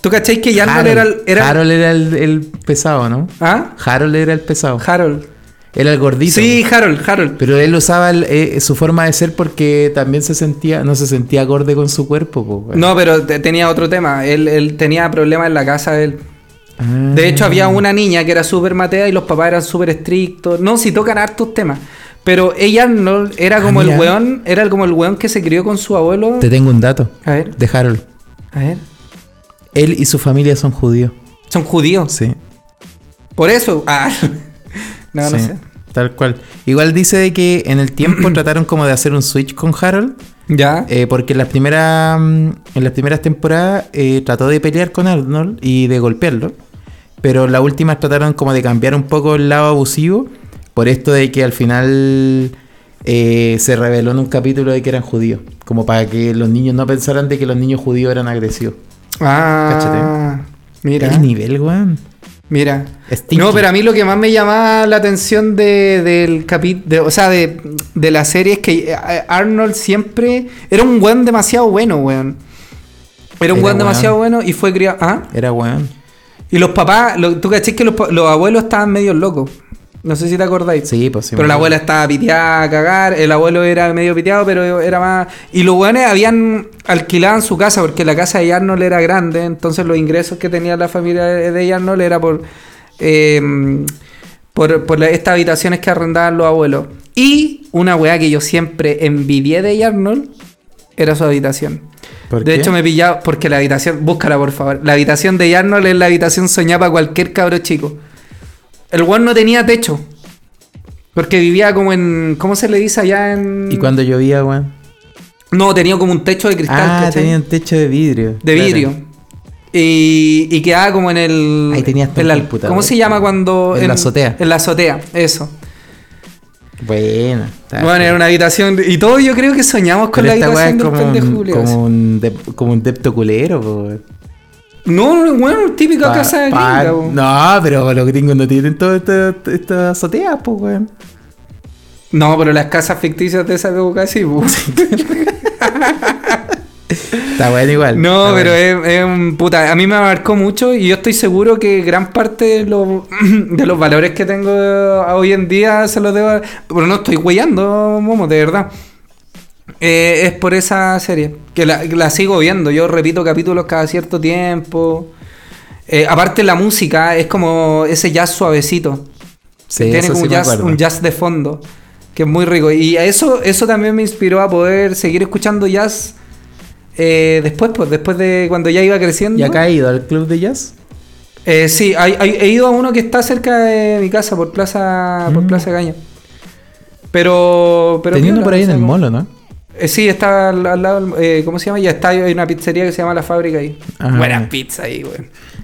S3: ¿Tú cacháis que ya
S2: Harold
S3: era. el- era
S2: Harold era el, el pesado, ¿no?
S3: ¿Ah?
S2: Harold era el pesado.
S3: Harold.
S2: Era el gordito.
S3: Sí, Harold, Harold.
S2: Pero él usaba el- eh, su forma de ser porque también se sentía, no se sentía acorde con su cuerpo, po, weón.
S3: No, pero te- tenía otro tema. Él, él tenía problemas en la casa de él.
S2: Ah.
S3: De hecho, había una niña que era súper matea y los papás eran súper estrictos. No, si tocan hartos temas. Pero ella no era
S2: Ah,
S3: como el
S2: mira.
S3: weón, era como el weón que se crió con su abuelo.
S2: Te tengo un dato
S3: A ver,
S2: de Harold.
S3: a ver.
S2: Él y su familia son judíos.
S3: Son judíos.
S2: Sí.
S3: Por eso. Ah. [laughs] No, no
S2: Sí,
S3: sé.
S2: Tal cual. Igual dice de que en el tiempo [clears throat] trataron como de hacer un switch con Harold,
S3: Ya.
S2: eh, porque en las primeras, mm, en las primeras temporadas eh, trató de pelear con Arnold y de golpearlo, pero en las últimas trataron como de cambiar un poco el lado abusivo, por esto de que al final eh, se reveló en un capítulo de que eran judíos, como para que los niños no pensaran de que los niños judíos eran agresivos.
S3: Ah. Mira.
S2: El nivel, weón.
S3: Mira.
S2: Stinky.
S3: No, pero a mí lo que más me llamaba la atención de, del capi- de- o sea, de, de la serie es que eh, Arnold siempre era un weón demasiado bueno, weón. Era un
S2: Era
S3: weón
S2: weón.
S3: demasiado bueno y fue criado. ¿Ah?
S2: Era weón.
S3: Y los papás, lo- tú caché que los, pa- los abuelos estaban medio locos. No sé si te acordáis.
S2: Sí, pues sí,
S3: pero
S2: me
S3: la
S2: acuerdo.
S3: abuela estaba piteada a cagar, el abuelo era medio piteado, pero era más. Y los weones habían alquilado en su casa, porque la casa de Arnold era grande, entonces los ingresos que tenía la familia de Arnold era por. eh, por, por la- estas habitaciones que arrendaban los abuelos. Y una weá que yo siempre envidié de Arnold era su habitación.
S2: ¿Por
S3: De
S2: qué?
S3: hecho, me he pillado porque la habitación, búscala por favor. La habitación de Arnold es la habitación soñada para cualquier cabro chico. El weón no tenía techo. Porque vivía como en. ¿Cómo se le dice allá en.?
S2: Y cuando llovía, weón.
S3: No, tenía como un techo de cristal,
S2: Ah,
S3: ¿cachai?
S2: tenían techo de vidrio.
S3: De
S2: Claro.
S3: vidrio. Y, y quedaba como en el.
S2: Ahí tenías tu
S3: en la-
S2: computador.
S3: ¿Cómo se llama cuando.?
S2: En la azotea.
S3: En la azotea, eso.
S2: Bueno, está
S3: Bueno,
S2: bien.
S3: era una habitación. Y todo yo creo que soñamos con
S2: Pero
S3: la
S2: esta weá
S3: habitación
S2: es
S3: del
S2: como
S3: pendejo
S2: un,
S3: culiao.
S2: como, un dep- como un depto culero, po, weón.
S3: No, no, bueno, típica
S2: Pa-
S3: casa de
S2: pa-
S3: gringa, po.
S2: No, pero los gringos no tienen todas estas estas azoteas, pues, weón.
S3: No, pero las casas ficticias de esa época sí, po.
S2: Está bueno igual.
S3: No,
S2: está
S3: pero
S2: bueno.
S3: es, es un puta. A mí me marcó mucho y yo estoy seguro que gran parte de, los- [clears throat] de los valores que tengo hoy en día se los debo. a- Pero no estoy huellando, Momo, de verdad. Eh, es por esa serie. Que la, que la sigo viendo. Yo repito capítulos cada cierto tiempo. Eh, aparte, la música es como ese jazz suavecito.
S2: Sí,
S3: Tiene
S2: eso
S3: como
S2: sí
S3: un,
S2: me
S3: jazz,
S2: acuerdo.
S3: un jazz de fondo, que es muy rico. Y a eso, eso también me inspiró a poder seguir escuchando jazz eh, después, pues, después de cuando ya iba creciendo.
S2: ¿Y acá he ido al club de jazz?
S3: Eh, sí, hay- hay- he ido a uno que está cerca de mi casa, por Plaza, por
S2: Mm.
S3: Plaza Caña. Pero, pero
S2: Tenía uno
S3: piola,
S2: por ahí
S3: o
S2: en
S3: sea,
S2: el
S3: como-
S2: molo, ¿no?
S3: Eh, sí, está al, al lado, del- eh, ¿cómo se llama? Ya está, hay una pizzería que se llama La Fábrica ahí.
S2: Ah.
S3: Buenas pizzas ahí, güey.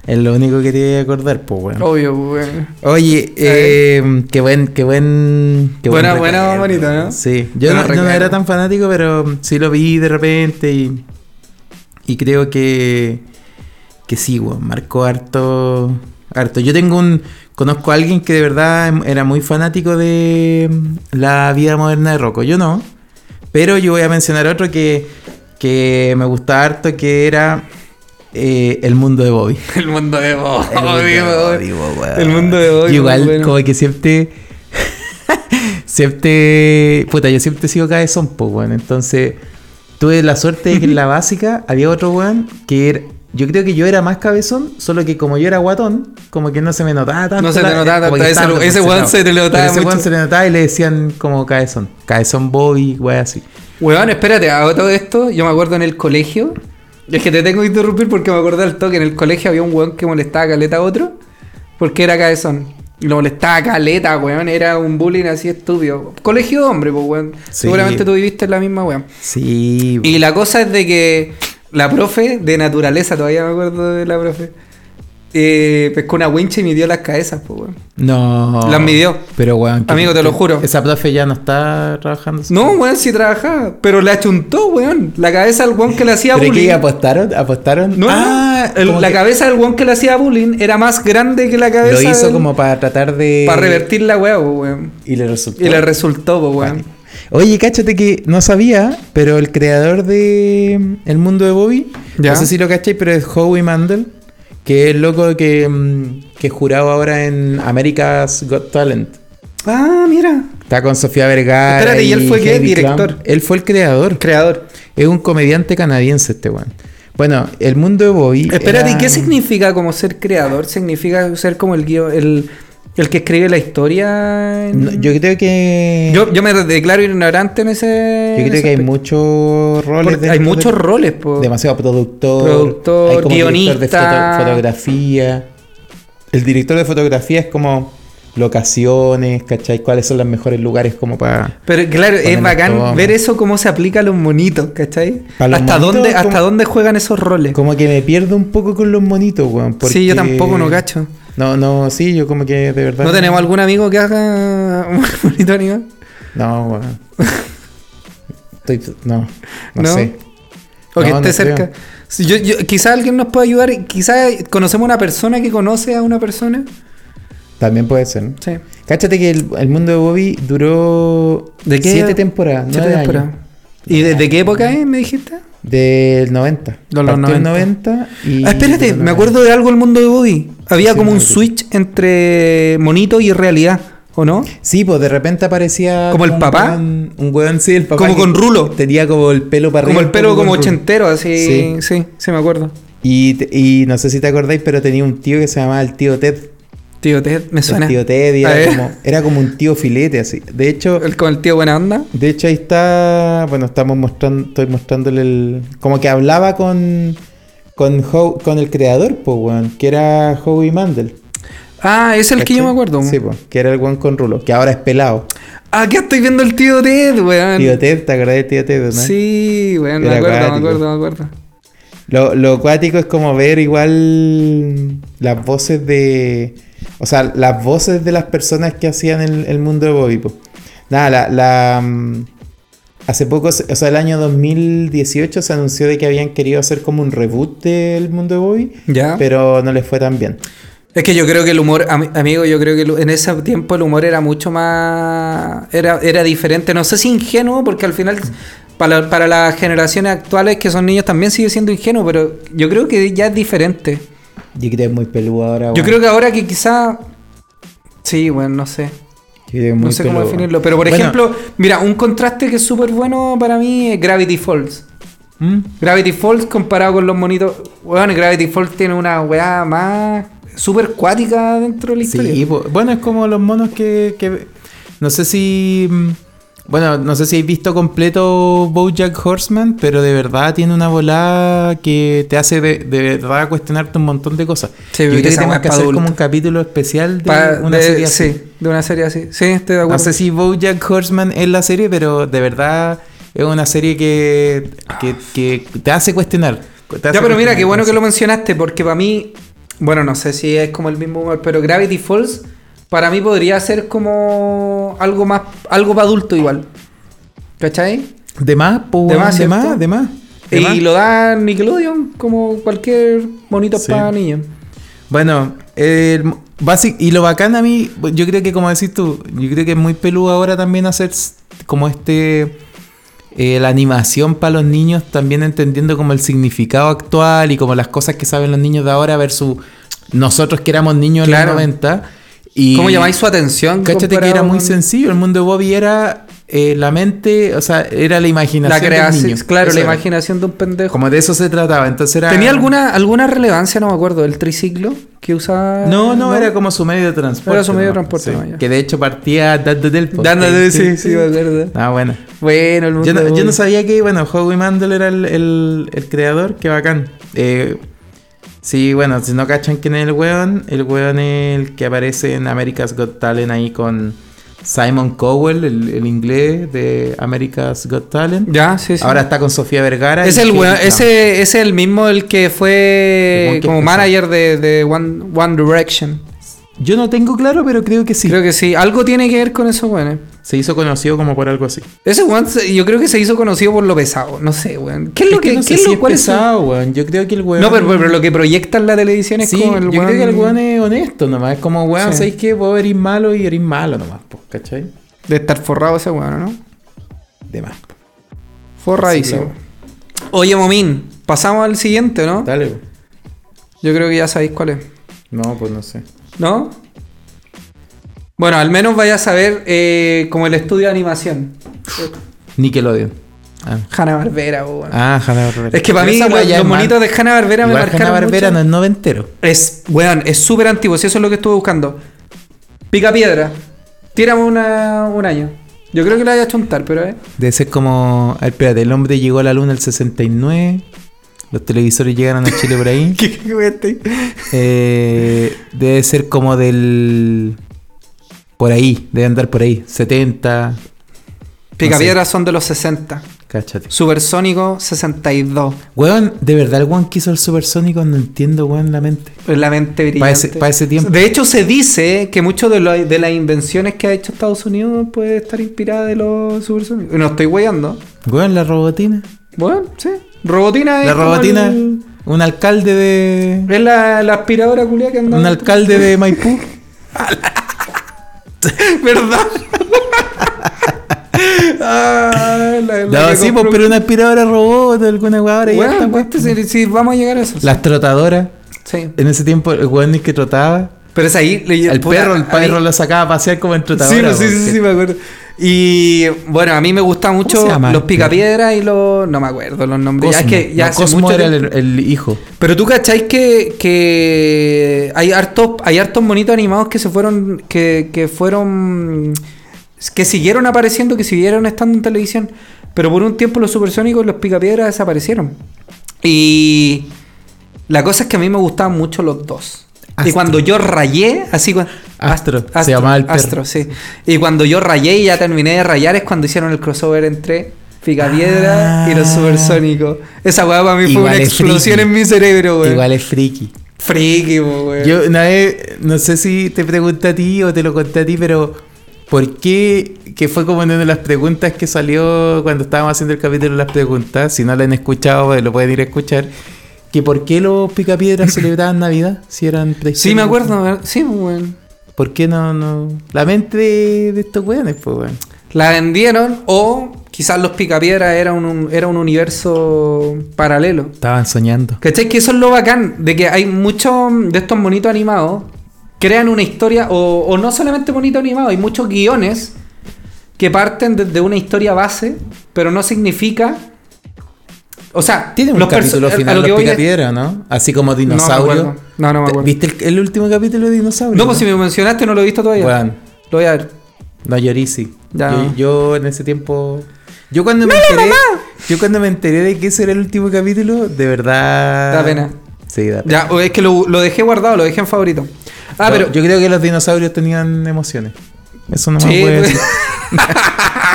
S2: Es lo único que te voy a acordar, pues, weón.
S3: Obvio, güey. [laughs]
S2: Oye, eh, qué buen, qué buen, qué
S3: Buena-
S2: buen
S3: buena,
S2: recuerdo.
S3: bonito, ¿no?
S2: Sí, yo no, yo no
S3: Buen recuerdo.
S2: era tan fanático, pero sí lo vi de repente y, y creo que, que sí, weón, marcó harto, harto. Yo tengo un, conozco a alguien que de verdad em- era muy fanático de mm, la vida moderna de Rocco, yo no, pero yo voy a mencionar otro que, que me gustaba harto, que era eh, El Mundo de Bobby.
S3: El mundo de Bob.
S2: El mundo de
S3: güey.
S2: Bobby, bo, weón.
S3: El mundo de Bobby,
S2: Igual,
S3: bueno.
S2: como que siempre. [laughs] siempre. Puta, yo siempre sigo cabezón, po, weón. Entonces, tuve la suerte de que en
S3: [laughs]
S2: la básica había otro weón que era. Yo creo que yo era más cabezón, solo que como yo era guatón, como que no se me notaba tanto.
S3: No se te
S2: la-
S3: notaba
S2: como
S3: tanto,
S2: que
S3: ese-
S2: estaba
S3: ese weón
S2: representado.
S3: se te notaba
S2: Pero Ese
S3: mucho.
S2: weón se le notaba y le decían como cabezón. Cabezón Bobby, weón, así.
S3: Weón, espérate, a todo esto, yo me acuerdo en el colegio. Es que te tengo que interrumpir porque me acuerdo al toque. En el colegio había un weón que molestaba a caleta a otro porque era cabezón. Y lo molestaba a caleta, weón. Era un bullying así estúpido. Colegio de hombre, pues, weón.
S2: Sí.
S3: Seguramente tú viviste en la misma, weón.
S2: Sí,
S3: Y la cosa es de que la profe de naturaleza, todavía me acuerdo de la profe, eh, pescó una wincha y midió las cabezas, pues, weón.
S2: No.
S3: Las midió.
S2: Pero, weón. que-
S3: Amigo, te lo juro.
S2: Esa profe ya no está trabajando.
S3: No, weón, sí trabajaba, pero la achuntó, weón. La cabeza del weón que le hacía
S2: ¿Pero
S3: bullying.
S2: qué? ¿Apostaron? ¿Apostaron?
S3: No,
S2: Ah,
S3: no, el-
S2: como
S3: la
S2: que
S3: cabeza del weón que le hacía bullying era más grande que la cabeza.
S2: Lo hizo
S3: del-
S2: como para tratar de.
S3: para revertir la weá, po, weón.
S2: Y le resultó.
S3: Y le resultó, po, weón.
S2: Cuático. Oye, cáchate que no sabía, pero el creador de mm, El mundo de Bobby,
S3: Ya.
S2: no sé si lo cacháis, pero es Howie Mandel, que es el loco que, mm, que es jurado ahora en America's Got Talent.
S3: Ah, mira.
S2: Está con Sofía Vergara.
S3: Espérate, ¿y él fue qué?
S2: Heidi Klum.
S3: ¿Director?
S2: Él fue el creador.
S3: Creador.
S2: Es un comediante canadiense este weón. Bueno, El mundo de Bobby.
S3: Espérate, ¿y
S2: era-
S3: qué significa como ser creador? ¿Significa ser como el guío, el, el que escribe la historia? en-
S2: No, yo creo que.
S3: yo, yo me declaro ignorante en ese.
S2: Yo
S3: en
S2: creo
S3: ese
S2: que hay
S3: aspecto.
S2: muchos roles.
S3: Porque
S2: dentro
S3: hay
S2: de-
S3: muchos roles, po.
S2: Demasiado productor.
S3: Productor,
S2: hay como director de
S3: guionista.
S2: foto- fotografía. El director de fotografía es como locaciones, ¿cachai? ¿Cuáles son los mejores lugares como para...
S3: Pero claro, es
S2: Ponen
S3: bacán
S2: todo,
S3: ver
S2: man.
S3: eso cómo se aplica a los monitos, ¿cachai?
S2: Pa' los
S3: ¿Hasta,
S2: monitos,
S3: dónde,
S2: como-
S3: ¿Hasta dónde juegan esos roles?
S2: Como que me pierdo un poco con los monitos, weón.
S3: Sí, yo
S2: porque-
S3: tampoco no cacho.
S2: No, no, sí, yo como que de verdad...
S3: ¿No tenemos algún amigo que haga [laughs] un bonito animal?
S2: No, weón. Estoy... No, no,
S3: ¿No?
S2: sé.
S3: O que
S2: No,
S3: esté
S2: no
S3: cerca. Si Yo, yo- quizá alguien nos pueda ayudar. Quizá conocemos una persona que conoce a una persona.
S2: También puede ser, ¿no?
S3: Sí.
S2: Cáchate que el, el mundo de Bobby duró...
S3: ¿De qué?
S2: Siete temporadas.
S3: Siete
S2: nueve años.
S3: temporadas. ¿Y desde qué época es, me dijiste?
S2: Del 90.
S3: De los
S2: Partió en 90 y...
S3: Ah, espérate, me acuerdo de algo el mundo de Bobby. Había
S2: Sí,
S3: como un
S2: me acuerdo.
S3: switch entre monito y realidad, ¿o no?
S2: Sí, pues de repente aparecía...
S3: ¿Como el
S2: un
S3: papá?
S2: weón- un weón, sí, el papá.
S3: Como
S2: que
S3: con rulo.
S2: Tenía como el pelo para
S3: Como
S2: arriba.
S3: el
S2: un
S3: pelo
S2: poco
S3: como
S2: con rulo.
S3: ochentero, así. Sí,
S2: Sí.
S3: sí, me acuerdo.
S2: Y, te- y no sé si te acordáis, pero tenía un tío que se llamaba el tío Ted.
S3: Tío Ted, me suena.
S2: El tío Ted y
S3: A
S2: era
S3: ver,
S2: como, era como un tío filete así. De hecho,
S3: el- con el tío buena onda.
S2: de hecho ahí está... Bueno, estamos mostrando... Estoy mostrándole el... Como que hablaba con... Con, How- con el creador, pues, weón. Que era Howie Mandel.
S3: Ah, es el que yo
S2: ¿cachai?
S3: me acuerdo.
S2: Sí, pues. Que era el weón con rulo. Que ahora es pelado.
S3: Acá Ah, estoy viendo el tío Ted, weón.
S2: Tío Ted, ¿te acordás de Tío Ted? no?
S3: Sí, weón, me
S2: Era
S3: acuerdo, me
S2: acuático.
S3: acuerdo, me acuerdo.
S2: Lo, lo cuático es como ver igual las voces de. O sea, las voces de las personas que hacían el, el mundo de Bobby. po. Nada, la. la, mm, hace poco, se- o sea, el año 2018 se anunció de que habían querido hacer como un reboot del mundo de Bobby,
S3: Ya.
S2: pero no les fue tan bien.
S3: Es que yo creo que el humor, ami- amigo, yo creo que el- en ese tiempo el humor era mucho más. Era, era diferente. No sé si ingenuo, porque al final para, la- para las generaciones actuales que son niños también sigue siendo ingenuo, pero yo creo que ya es diferente.
S2: Ah, Yo creo que es muy peludo ahora.
S3: Yo creo que ahora que quizá... Sí, bueno, no sé. No sé cómo definirlo. Pero por ejemplo, mira, un contraste que es súper bueno para mí es Gravity Falls.
S2: ¿Mm?
S3: Gravity Falls comparado con los monitos. Bueno, Gravity Falls tiene una weá más súper cuática dentro de la historia.
S2: Sí, po- bueno, es como los monos que, que- No sé si... mm, Bueno, no sé si habéis visto completo Bojack Horseman, pero de verdad tiene una volada que te hace de, de verdad cuestionarte un montón de cosas.
S3: Sí,
S2: Yo creo
S3: que
S2: que
S3: esa
S2: tenemos
S3: weá
S2: que
S3: es pa'
S2: hacer
S3: adulto.
S2: como un capítulo especial de
S3: Pa-
S2: una
S3: de-
S2: serie así.
S3: Sí, de una serie así. Sí, estoy de acuerdo.
S2: No sé si Bojack Horseman es la serie, pero de verdad es una serie que, que, que te hace cuestionar. te hace
S3: Ya, pero mira,
S2: cuestionar
S3: qué bueno que lo
S2: cosas.
S3: mencionaste, porque para mí, bueno, no sé si es como el mismo humor, pero Gravity Falls, para mí podría ser como algo más, algo para adulto igual. ¿Cachai?
S2: De más, po,
S3: De más,
S2: de
S3: ¿cierto?
S2: más, de más. de más.
S3: Y lo da Nickelodeon como cualquier bonito
S2: Sí.
S3: para niños.
S2: Bueno, el mo- basic, y lo bacán a mí, yo creo que como decís tú, yo creo que es muy peludo ahora también hacer s- como este, eh, la animación para los niños, también entendiendo como el significado actual y como las cosas que saben los niños de ahora versus nosotros que éramos niños
S3: Claro.
S2: en los 90. Y
S3: ¿Cómo llamáis su atención?
S2: Cáchate que
S3: comparado
S2: era muy
S3: con
S2: sencillo, el mundo de Bobby era eh, la mente, o sea, era la
S3: La
S2: imaginación del
S3: creación,
S2: niño.
S3: claro,
S2: Eso
S3: la
S2: era.
S3: imaginación de un pendejo.
S2: Como de eso se trataba, entonces era...
S3: ¿Tenía alguna, alguna relevancia, no me acuerdo, el triciclo que usaba?
S2: No, no, era como su medio de transporte.
S3: Eh, Era su medio de
S2: ¿no?
S3: transporte,
S2: Sí.
S3: no, ya.
S2: Que de hecho partía dando del
S3: Dándole, sí, sí, me acuerdo.
S2: Ah, bueno.
S3: Bueno, el mundo.
S2: Yo no,
S3: de
S2: yo no
S3: Bob.
S2: sabía que, bueno, Howie Mandel era el, el- el creador, qué bacán. Eh, sí, bueno, si no cachan quién es el weón, el weón es el que aparece en America's Got Talent ahí con Simon Cowell, el, el inglés de America's Got Talent.
S3: Ya, sí, sí.
S2: Ahora está con Sofía Vergara.
S3: es
S2: y
S3: el,
S2: Heidi
S3: weón-
S2: Klum.
S3: ese, ese es el mismo el que
S2: El
S3: fue
S2: weón que
S3: como
S2: empezó.
S3: manager de, de One, One Direction.
S2: Yo no tengo claro, pero creo que sí.
S3: Creo que sí. Algo tiene que ver con eso, weón. eh.
S2: Se hizo conocido como por algo así.
S3: Ese weón se- yo creo que se hizo conocido por lo pesado. No sé, weón. ¿Qué es
S2: Es
S3: lo
S2: que
S3: que,
S2: no
S3: qué
S2: sé
S3: es
S2: si
S3: lo
S2: es
S3: cuál es su-
S2: pesado, weón. Yo creo que el weón.
S3: No, pero, pero lo que proyectan la televisión es
S2: Sí,
S3: como el
S2: yo creo que el
S3: weón
S2: weón es honesto nomás. Es como, weón,
S3: Sí.
S2: ¿sabéis qué? Vos eres malo y eres malo nomás, po, ¿cachai?
S3: de estar forrado ese weón, ¿no?
S2: De más. po.
S3: Forradísimo.
S2: Sí,
S3: Oye, Momín, pasamos al siguiente, ¿no?
S2: Dale, po.
S3: Yo creo que ya sabéis cuál es,
S2: No, pues no sé.
S3: ¿no? Bueno, al menos vaya a saber eh, como el estudio de animación.
S2: Nickelodeon. Ah,
S3: Hanna Barbera, weón.
S2: ah Hanna Barbera.
S3: es que para mí lo- los, monitos de Hanna Barbera me marcaron.
S2: Hanna Barbera no
S3: mucho.
S2: es noventero.
S3: Es, weón, es súper antiguo, si eso es lo que estuve buscando. Pica piedra. Tírame una, un año. Yo creo que la voy a chuntar, pero
S2: [laughs]
S3: eh.
S2: Debe ser como. a ver, espérate, el hombre llegó a la luna el 69. Los televisores llegaron a Chile por [laughs] ahí.
S3: ¿Qué,
S2: Eh, debe ser como del. Por ahí, debe andar por ahí. 70.
S3: Pica
S2: No sé.
S3: piedra son de los 60.
S2: Cáchate.
S3: Supersónico 62.
S2: Weón, de verdad el weón que hizo el supersónico no entiendo, weón, la mente.
S3: La mente brillante.
S2: Pa' ese- pa' ese tiempo.
S3: De hecho, se dice que muchas de, lo- de las invenciones que ha hecho Estados Unidos puede estar inspirada de los supersónicos. No estoy weyando.
S2: Weón, la robotina.
S3: Bueno, sí. Robotina es.
S2: La
S3: como
S2: robotina,
S3: el-
S2: un alcalde de.
S3: es la, la aspiradora culia que anda.
S2: Un alcalde de Maipú.
S3: [laughs] ¿Verdad? [laughs] ah, la, la
S2: No,
S3: que
S2: sí, pues,
S3: compró-
S2: pero una aspiradora robot, alguna weá, ahora
S3: Bueno,
S2: ya está,
S3: pues, sí, sí, vamos a llegar a eso.
S2: Las trotadoras.
S3: Sí.
S2: En ese tiempo, el weón es que trotaba.
S3: Pero es ahí. le-
S2: El
S3: puta,
S2: perro, el
S3: ahí-
S2: perro lo sacaba a pasear como en trotadora.
S3: Sí, pues, sí,
S2: weón,
S3: sí,
S2: que-
S3: sí, me acuerdo. Y bueno, a mí me gustan mucho
S2: se llama?
S3: los picapiedras y los. No me acuerdo los nombres. Ya es
S2: Cosmo.
S3: que ya
S2: No,
S3: hace
S2: Cosmo
S3: mucho
S2: era
S3: tiempo.
S2: el, el hijo.
S3: Pero tú cacháis que, que hay hartos hay hartos monitos animados que se fueron que, que fueron que siguieron apareciendo, que siguieron estando en televisión, pero por un tiempo los supersónicos y los picapiedras desaparecieron. Y la cosa es que a mí me gustaban mucho los dos. Y
S2: Astro.
S3: cuando yo rayé, así cua-
S2: Astro, se llamaba el perro.
S3: Astro, sí. Y cuando yo rayé y ya terminé de rayar es cuando hicieron el crossover entre Picapiedra
S2: Ah.
S3: y los supersónicos. Esa weá para mí fue
S2: Igual
S3: una
S2: es
S3: explosión
S2: friki.
S3: en mi cerebro, weón.
S2: Igual es friki.
S3: Friki, po, weón.
S2: Yo una vez, no sé si te pregunté a ti o te lo conté a ti, pero ¿por qué? Que fue como una de las preguntas que salió cuando estábamos haciendo el capítulo de las preguntas. Si no la han escuchado, pues, lo pueden ir a escuchar. Que por qué los picapiedras celebraban Navidad si eran
S3: sí, me
S2: prehistóricos?
S3: acuerdo, weón. sí, po, weón.
S2: ¿Por qué no, no? La mente de, de estos weones, pues, weón.
S3: La vendieron o quizás los picapiedras era un, un- era un universo paralelo.
S2: Estaban soñando.
S3: ¿Cachai? Que eso es lo bacán, de que hay muchos de estos monitos animados crean una historia, o, o no solamente monitos animados, hay muchos guiones que parten desde una historia base, pero no significa. O sea,
S2: Tiene un
S3: los perso-
S2: capítulo
S3: a- a
S2: final
S3: lo que
S2: los
S3: voy es-
S2: Picapiedra, ¿no? Así como
S3: No, me
S2: dinosaurio.
S3: acuerdo. no, no me acuerdo.
S2: ¿Viste el, el último capítulo de dinosaurio?
S3: No, pues si me mencionaste, no lo he visto todavía.
S2: Bueno,
S3: Lo voy a ver.
S2: no llorí, sí.
S3: Ya.
S2: Yo, yo en ese tiempo. Yo cuando me enteré. Yo cuando me enteré de que ese era el último capítulo, de verdad.
S3: Da pena.
S2: Sí, da pena.
S3: Ya, o es que lo, lo dejé guardado, lo dejé en favorito. Ah,
S2: Yo-
S3: pero.
S2: Yo creo que los dinosaurios tenían emociones. Eso no me
S3: Sí,
S2: puede
S3: pues.
S2: decir.
S3: [laughs]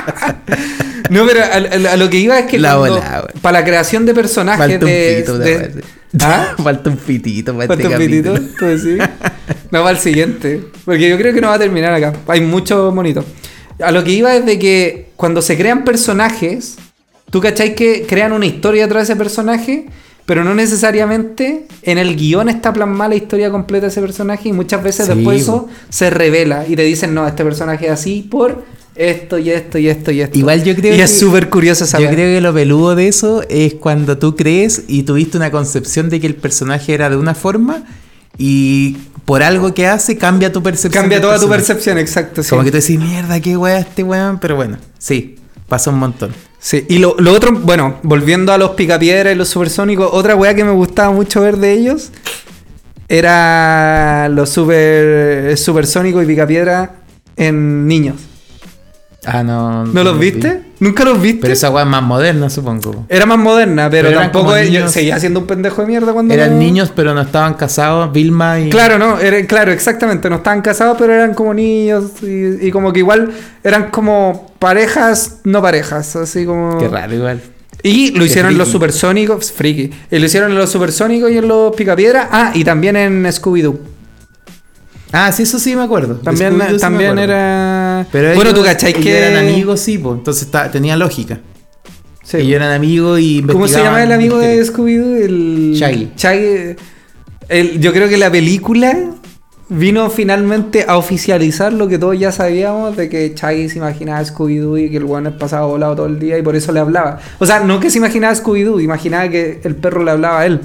S3: no, pero a, a- a lo que iba es que
S2: La bola, güey.
S3: para la creación de personajes
S2: Falta un
S3: de,
S2: pitito,
S3: de-
S2: la verdad.
S3: ¿Ah?
S2: [laughs] Falta un pitito para
S3: ¿Falta
S2: este
S3: un pitito?
S2: capítulo.
S3: ¿Tú decís? [laughs] No va al siguiente. Porque yo creo que no va a terminar acá. Hay muchos monitos. A lo que iba es de que cuando se crean personajes, tú cacháis que crean una historia detrás de ese personaje, pero no necesariamente en el guión está plasmada la historia completa de ese personaje y muchas veces
S2: Sí,
S3: después
S2: bo.
S3: eso se revela y te dicen, no, este personaje es así por esto y esto y esto y esto.
S2: Igual yo creo
S3: y
S2: que-
S3: es súper curioso saber.
S2: Yo creo que lo peludo de eso es cuando tú crees y tuviste una concepción de que el personaje era de una forma y por algo que hace cambia tu percepción.
S3: Cambia
S2: del
S3: toda tu
S2: personaje.
S3: percepción, exacto. sí.
S2: Como que tú decís, mierda, qué weá este weón, pero bueno, sí, pasa un montón.
S3: Sí, y lo, lo otro, bueno, volviendo a los picapiedra y los supersónicos, otra weá que me gustaba mucho ver de ellos era los super eh, supersónicos y picapiedra en niños.
S2: Ah, no.
S3: ¿No los
S2: lo vi.
S3: viste? ¿Nunca los viste?
S2: Pero esa weá es más moderna, supongo.
S3: Era más moderna, pero,
S2: Pero eran
S3: tampoco
S2: como
S3: es- yo
S2: niños.
S3: seguía siendo un pendejo de mierda cuando
S2: Eran
S3: no-
S2: niños, pero no estaban casados, Vilma y.
S3: Claro, no, era- claro, exactamente, no estaban casados, pero eran como niños y, y como que igual eran como parejas, no parejas, así como
S2: Qué raro, igual.
S3: Y lo
S2: Qué
S3: hicieron en los
S2: friki.
S3: supersónicos, friki. Y lo hicieron en los supersónicos y en los picapiedra. Ah, y también en Scooby-Doo.
S2: Ah, sí, eso sí me acuerdo.
S3: También,
S2: Scooby-Doo sí me
S3: también
S2: acuerdo.
S3: era.
S2: Pero
S3: bueno, tú
S2: ellos-
S3: cachai
S2: ellos
S3: que.
S2: eran amigos, sí, pues. Entonces ta- tenía lógica.
S3: Sí.
S2: Ellos eran amigos y
S3: ¿Cómo se
S2: investigaban
S3: llama el amigo de
S2: misterios.
S3: Scooby-Doo? El...
S2: Shaggy.
S3: Shaggy. El- yo creo que la película vino finalmente a oficializar lo que todos ya sabíamos de que Shaggy se imaginaba a Scooby-Doo y que el weón pasaba volado todo el día y por eso le hablaba. O sea, no que se imaginaba a Scooby-Doo, imaginaba que el perro le hablaba a él.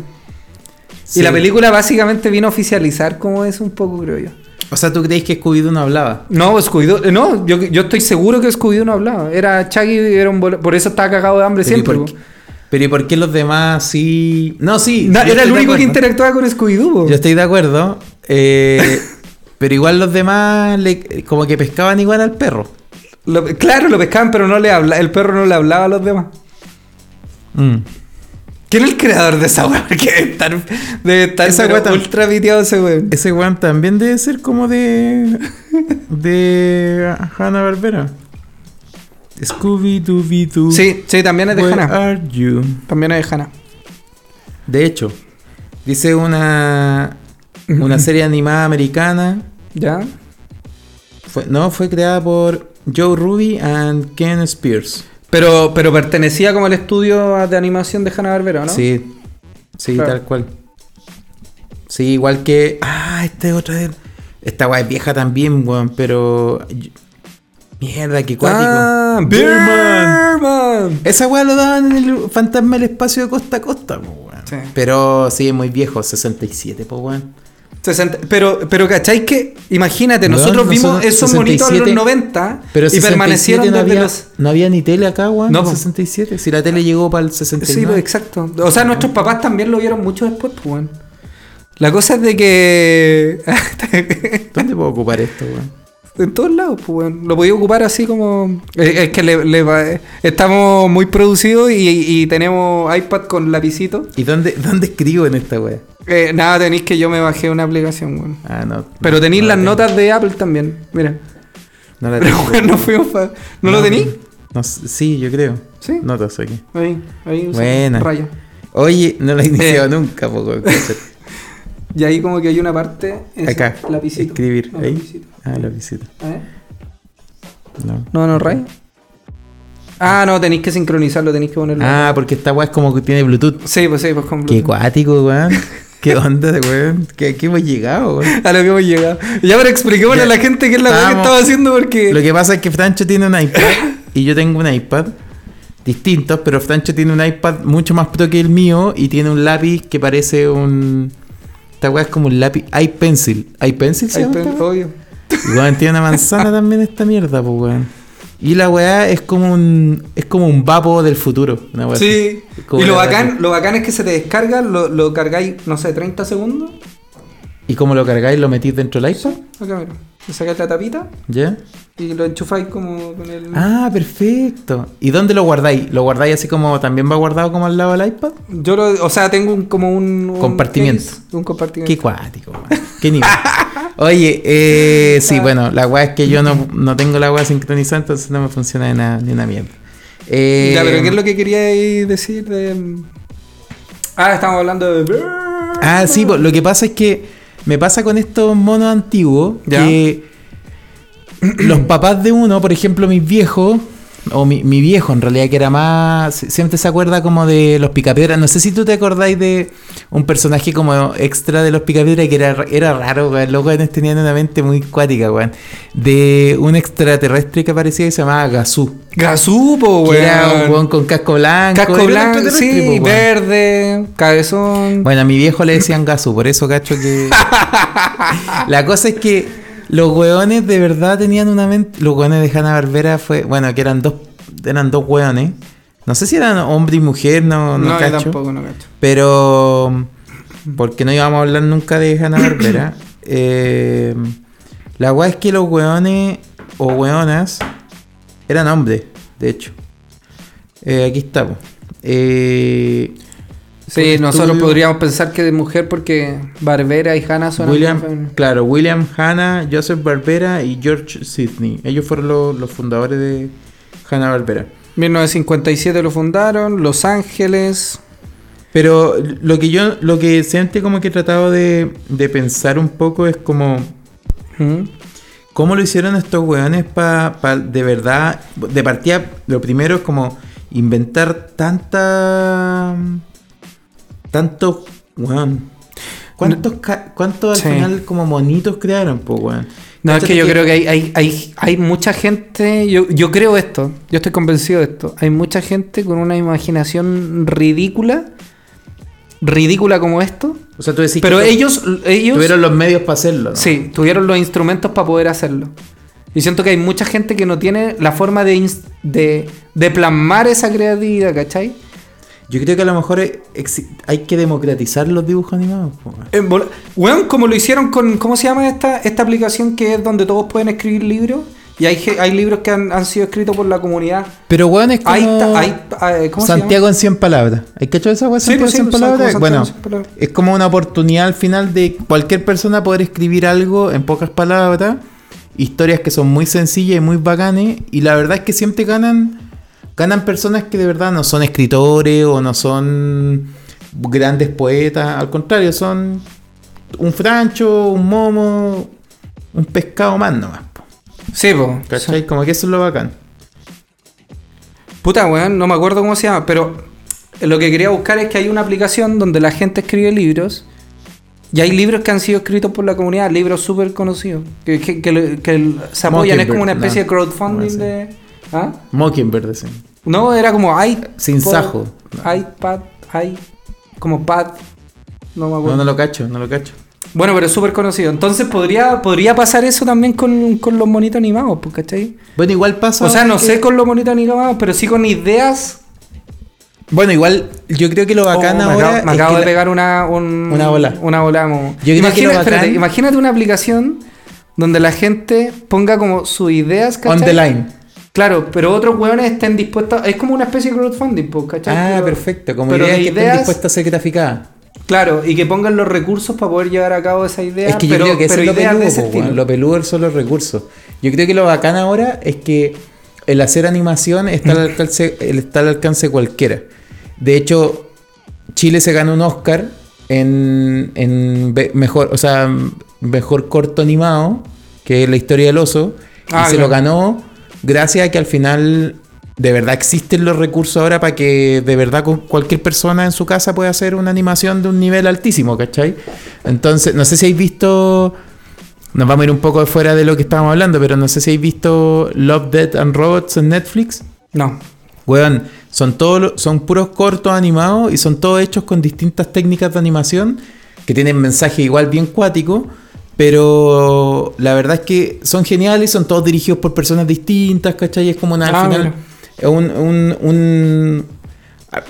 S2: Sí.
S3: Y la película básicamente vino a oficializar como es un poco, creo yo.
S2: O sea, ¿tú crees que Scooby-Doo no hablaba?
S3: No, Scooby-Doo, eh, no, yo, yo estoy seguro que Scooby-Doo no hablaba. Era Chucky, era un bol- por eso estaba cagado de hambre
S2: ¿y
S3: siempre.
S2: por
S3: po.
S2: qué- pero ¿y por qué los demás sí? No, sí.
S3: Na-
S2: yo estoy
S3: era el
S2: de
S3: único que
S2: acuerdo.
S3: interactuaba con Scooby-Doo. po.
S2: Yo estoy de acuerdo. [laughs] eh, pero igual los demás le- como que pescaban igual al perro.
S3: Lo- claro, lo pescaban, pero no le habla, el perro no le hablaba a los demás.
S2: Mm.
S3: ¿Quién es el creador de esa weá? [laughs] Porque debe estar, debe estar
S2: Esa
S3: pero
S2: weá tam-
S3: ultra piteado ese weón.
S2: Ese weón también debe ser como de. de Hanna Barbera. Scooby Dooby Doo.
S3: Sí, sí, también es de
S2: Where
S3: Hannah.
S2: are you?
S3: También es de Hannah.
S2: De hecho, dice [laughs] una una serie animada americana.
S3: ¿Ya?
S2: Fue- no, fue creada por Joe Ruby and Ken Spears.
S3: Pero, pero pertenecía como al estudio de animación de Hannah Barbera, ¿no?
S2: Sí, sí,
S3: Claro.
S2: tal cual. Sí, igual que. Ah, esta es otra de. Esta weá es vieja también, weón, pero. Mierda, qué cuático.
S3: Ah,
S2: Birdman.
S3: Birdman.
S2: Esa weá lo daban en el Fantasma del Espacio de Costa a Costa, po, weón.
S3: Sí.
S2: Pero sí, es muy viejo, 67, po, weón.
S3: 60 pero, pero ¿cacháis que? Imagínate,
S2: Weón,
S3: nosotros vimos
S2: nosotros
S3: esos monitos en los
S2: 67,
S3: 90
S2: Pero
S3: y
S2: 67
S3: permanecieron
S2: no
S3: desde
S2: había,
S3: los...
S2: no había ni tele acá, weón.
S3: No,
S2: en
S3: po.
S2: 67. Si la tele llegó para el
S3: Sí,
S2: 69.
S3: pues, exacto. O sea, nuestros papás también lo vieron mucho después, pues, weón. La cosa es de que... [laughs]
S2: ¿Dónde puedo ocupar esto, weón?
S3: en todos lados, pues, weón. Lo podía ocupar así como... Es, es que le, le va- estamos muy producidos y, y tenemos iPad con lapicito.
S2: ¿Y dónde, dónde escribo en esta weá?
S3: Eh, nada, tenéis que yo me bajé una aplicación, weón.
S2: Ah, no.
S3: Pero tenéis
S2: no la
S3: las
S2: tengo.
S3: notas de Apple también. Mira.
S2: No la
S3: [laughs] Pero,
S2: tengo.
S3: weón, no fuimos pa- ¿No, lo tenéis?
S2: No sé- sí, yo creo.
S3: Sí.
S2: Notas aquí.
S3: Ahí, ahí. usa
S2: Buena.
S3: Raya.
S2: Oye, no la he iniciado
S3: Eh.
S2: nunca, poco.
S3: [laughs] Y ahí como que hay una parte... esa,
S2: Acá.
S3: Lapicito.
S2: Escribir.
S3: No,
S2: Ahí.
S3: lapicito.
S2: Ah, la visita.
S3: A ver.
S2: No.
S3: No, no, Ray. Ah, no, tenéis que sincronizarlo, tenéis que ponerlo.
S2: Ah, porque esta weá es como que tiene Bluetooth.
S3: Sí, pues sí, pues con
S2: Qué
S3: Bluetooth. [laughs]
S2: cuático, weón. Qué onda, weón. ¿Qué, qué hemos llegado, weón?
S3: A lo que hemos llegado. Ya, pero expliquémosle
S2: Ya.
S3: a la gente qué es la weá que
S2: Vamos.
S3: estaba haciendo porque.
S2: Lo que pasa es que Francho tiene un iPad y yo tengo un iPad. distintos, pero Francho tiene un iPad mucho más pro que el mío y tiene un lápiz que parece un. Esta weá es como un lápiz. iPencil. ¿iPencil se llama?
S3: iPad,
S2: esta weá?
S3: obvio.
S2: Y weón, tiene una manzana también esta mierda, pues weón. Y la weá es como un. es como un vapo del futuro. Una weá
S3: Sí.
S2: así. Es como
S3: Y lo
S2: la-
S3: bacán, lo bacán es que se te descarga, lo, lo cargáis, no sé, 30 segundos.
S2: ¿Y cómo lo cargáis? ¿Lo metís dentro del iPad?
S3: Acá, mira. Le sacáis la tapita
S2: ¿Ya?
S3: y lo enchufáis como con el.
S2: Ah, perfecto. ¿Y dónde lo guardáis? ¿Lo guardáis así como también va guardado como al lado del iPad?
S3: Yo lo, o sea, tengo un, como un, un
S2: Compartimiento.
S3: case, un compartimiento.
S2: Qué cuático, weón. qué
S3: [laughs]
S2: nivel. Oye, eh, sí, bueno, la weá es que yo no, no tengo la weá sincronizada, entonces no me funciona de nada- ni una mierda. Eh,
S3: ya, pero ¿qué es lo que queríais decir de. mm? Ah, estamos hablando de. [laughs]
S2: Ah, sí, pues, lo que pasa es que me pasa con estos monos antiguos
S3: Ya.
S2: que los papás de uno, por ejemplo, mis viejos, o mi, mi viejo en realidad que era más, si- siempre se acuerda como de los picapiedras. No sé si tú te acordáis de un personaje como extra de los picapiedras que era, era raro, weón. Los weones tenían una mente muy cuática, weón. De un extraterrestre que aparecía y se llamaba Gazú.
S3: Gasupo,
S2: Que
S3: weón.
S2: era un weón con casco blanco. era
S3: Casco
S2: un
S3: blanco,
S2: extraterrestre,
S3: sí,
S2: po, weón.
S3: verde, cabezón.
S2: Bueno, a mi viejo le decían gasu, por eso cacho
S3: [laughs]
S2: que. la cosa es que los hueones de verdad tenían una mente. Los hueones de Hanna Barbera fue. Bueno, que eran dos. Eran dos hueones. No sé si eran hombre y mujer, no, no,
S3: no, yo
S2: cacho.
S3: tampoco, no cacho.
S2: Pero. Porque no íbamos a hablar nunca de
S3: [coughs]
S2: Hanna Barbera. Eh, la hueá es que los hueones o hueonas eran hombres, de hecho. Eh, aquí estamos. Eh,
S3: Sí,
S2: Tú-
S3: nosotros
S2: tú-
S3: podríamos pensar que de mujer porque Barbera y Hannah son
S2: William, claro, William Hanna, Joseph Barbera y George Sidney. Ellos fueron lo- los fundadores de Hanna Barbera.
S3: 1957 lo fundaron, Los Ángeles.
S2: Pero lo que yo, lo que siempre como que he tratado de, de pensar un poco es como
S3: ¿Mm?
S2: cómo lo hicieron estos weones para de verdad, de partida, lo primero es como inventar tanta, tanto, weón. ¿Cuántos, ca- cuántos
S3: Sí.
S2: al final como monitos crearon, po, weón?
S3: No, es
S2: Cáchate
S3: que yo creo que hay, hay, hay, hay mucha gente, yo, yo creo esto, yo estoy convencido de esto, hay mucha gente con una imaginación ridícula, ridícula como esto,
S2: O sea, tú decís
S3: pero
S2: que-
S3: ellos, ellos
S2: Tuvieron los medios para hacerlo. ¿no?
S3: sí, tuvieron los instrumentos para poder hacerlo. Y siento que hay mucha gente que no tiene la forma de, ins- de, de plasmar esa creatividad, ¿cachai?
S2: Yo creo que a lo mejor eh, exi- hay que democratizar los dibujos animados. po.
S3: En bola- Eh, Weón, como lo hicieron con. ¿Cómo se llama esta, esta aplicación que es donde todos pueden escribir libros? Y hay, ge- hay libros que han, han sido escritos por la comunidad.
S2: Pero weón es como
S3: Ahí está. ahí- ah, ¿Cómo
S2: Santiago en 100 palabras. ¿Hay cachado esa weá?
S3: Sí,
S2: Santiago
S3: pues sí,
S2: en 100
S3: pues, sí,
S2: palabras.
S3: como
S2: bueno,
S3: Santiago en 100 palabras.
S2: es como una oportunidad al final de cualquier persona poder escribir algo en pocas palabras. Historias que son muy sencillas y muy bacanes. Y la verdad es que siempre ganan. Ganan personas que de verdad no son escritores o no son grandes poetas. Al contrario, son un francho, un momo, un pescado más nomás. po.
S3: se llama? Sí, pues. po.
S2: ¿Cachai? Como que eso es lo bacán.
S3: Puta, weón, no me acuerdo cómo se llama, pero lo que quería buscar es que hay una aplicación donde la gente escribe libros y hay libros que han sido escritos por la comunidad, libros súper conocidos, que, que- que le- que el- se apoyan, es como una
S2: Mockingbird,
S3: especie
S2: no,
S3: de crowdfunding
S2: no
S3: de... ¿Ah?
S2: Mockingbird, decían.
S3: No, era como i
S2: Sin sajo.
S3: iPad, i como pad, no me acuerdo.
S2: No, no lo cacho, no lo cacho.
S3: Bueno, pero es súper conocido. Entonces podría, podría pasar eso también con, con los monitos animados, pues, ¿cachai?
S2: Bueno, igual pasa.
S3: O sea, no
S2: que-
S3: sé con los monitos animados, pero sí con ideas.
S2: Bueno, igual yo creo que lo bacán
S3: Oh, me
S2: ahora.
S3: acabo, me
S2: es
S3: acabo
S2: que
S3: de
S2: la-
S3: pegar una, un-
S2: Una bola.
S3: Una bola. mo.
S2: Yo creo
S3: Imagina-
S2: que lo bacán-
S3: espérate, imagínate una aplicación donde la gente ponga como sus ideas,
S2: On the line.
S3: Claro, pero otros hueones estén dispuestos. Es como una especie de crowdfunding, pues, ¿cachai?
S2: Ah,
S3: Pero-
S2: perfecto. Como
S3: pero
S2: ideas
S3: de
S2: que estén
S3: ideas-
S2: dispuestas a ser graficadas.
S3: Claro, y que pongan los recursos para poder llevar a cabo esa idea.
S2: Es que yo
S3: pero,
S2: creo que eso
S3: pero
S2: es lo
S3: ideas
S2: peludo,
S3: de ese
S2: po,
S3: estilo.
S2: weón. Lo peludo son los recursos. Yo creo que lo bacán ahora es que el hacer animación está al alcance, el- está al alcance de cualquiera. De hecho, Chile se ganó un Oscar en, en be- mejor, o sea, mejor corto animado, que es la historia del oso.
S3: Ah,
S2: y se lo
S3: claro.
S2: ganó gracias a que al final de verdad existen los recursos ahora para que de verdad cu- cualquier persona en su casa pueda hacer una animación de un nivel altísimo, ¿cachai? Entonces, no sé si habéis visto. Nos vamos a ir un poco fuera de lo que estábamos hablando, pero no sé si habéis visto Love, Death and Robots en Netflix.
S3: No.
S2: Weón, son todos lo- son puros cortos animados y son todos hechos con distintas técnicas de animación que tienen mensaje igual bien cuático, pero la verdad es que son geniales, son todos dirigidos por personas distintas, ¿cachai? Es como una al
S3: Ah,
S2: final,
S3: bueno.
S2: es un, un- un-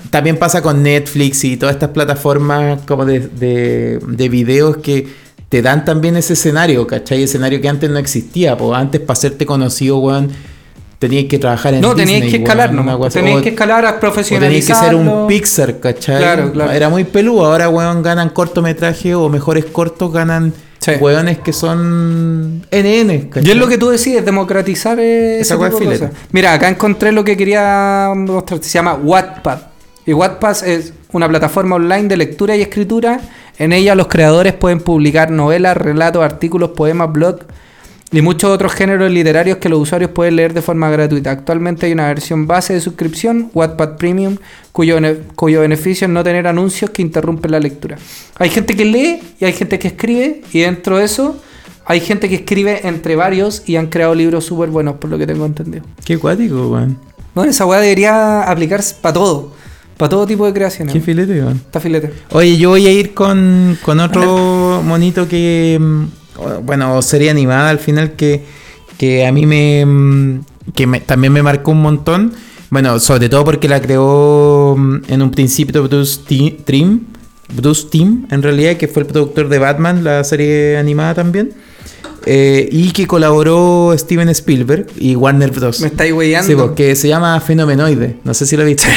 S2: también pasa con Netflix y todas estas plataformas como de, de, de videos que te dan también ese escenario, ¿cachai? Escenario que antes no existía, pues antes para hacerte conocido, weón, tenías que trabajar en
S3: No,
S2: Disney,
S3: tenéis que
S2: weón,
S3: escalar,
S2: una
S3: ¿no?
S2: cosa-
S3: Tenéis
S2: o-
S3: que escalar a
S2: o tenía que
S3: profesionalizar.
S2: ser un Pixar, ¿cachai?
S3: Claro, claro.
S2: Era muy peludo. Ahora, weón, ganan cortometraje o mejores cortos, ganan
S3: Sí.
S2: weones que son NN, ¿cachai?
S3: Y es lo que tú decides, democratizar eh,
S2: Esa
S3: ese
S2: weá
S3: tipo de
S2: filete.
S3: cosas. Mira, acá encontré lo que quería mostrarte. Se llama Wattpad. Y Wattpad es una plataforma online de lectura y escritura. En ella los creadores pueden publicar novelas, relatos, artículos, poemas, blogs y muchos otros géneros literarios que los usuarios pueden leer de forma gratuita. Actualmente hay una versión base de suscripción, Wattpad Premium, cuyo, bene- cuyo beneficio es no tener anuncios que interrumpen la lectura. Hay gente que lee y hay gente que escribe y dentro de eso hay gente que escribe entre varios y han creado libros súper buenos, por lo que tengo entendido.
S2: Qué cuático, weón.
S3: No, esa weá debería aplicarse para todo. Para todo tipo de creaciones.
S2: Qué filete, weón.
S3: Está filete.
S2: Oye, yo voy a ir con, con otro monito que. mm, o- Bueno, sería animada al final que, que a mí me. mm, que me- también me marcó un montón. Bueno, sobre todo porque la creó mm, en un principio Bruce Ti- Timm, Bruce Timm, en realidad, que fue el productor de Batman, la serie animada también. eh, y que colaboró Steven Spielberg y Warner Bros.
S3: Me estáis
S2: Sí,
S3: weyando.
S2: porque se llama Fenomenoide. No sé si lo viste.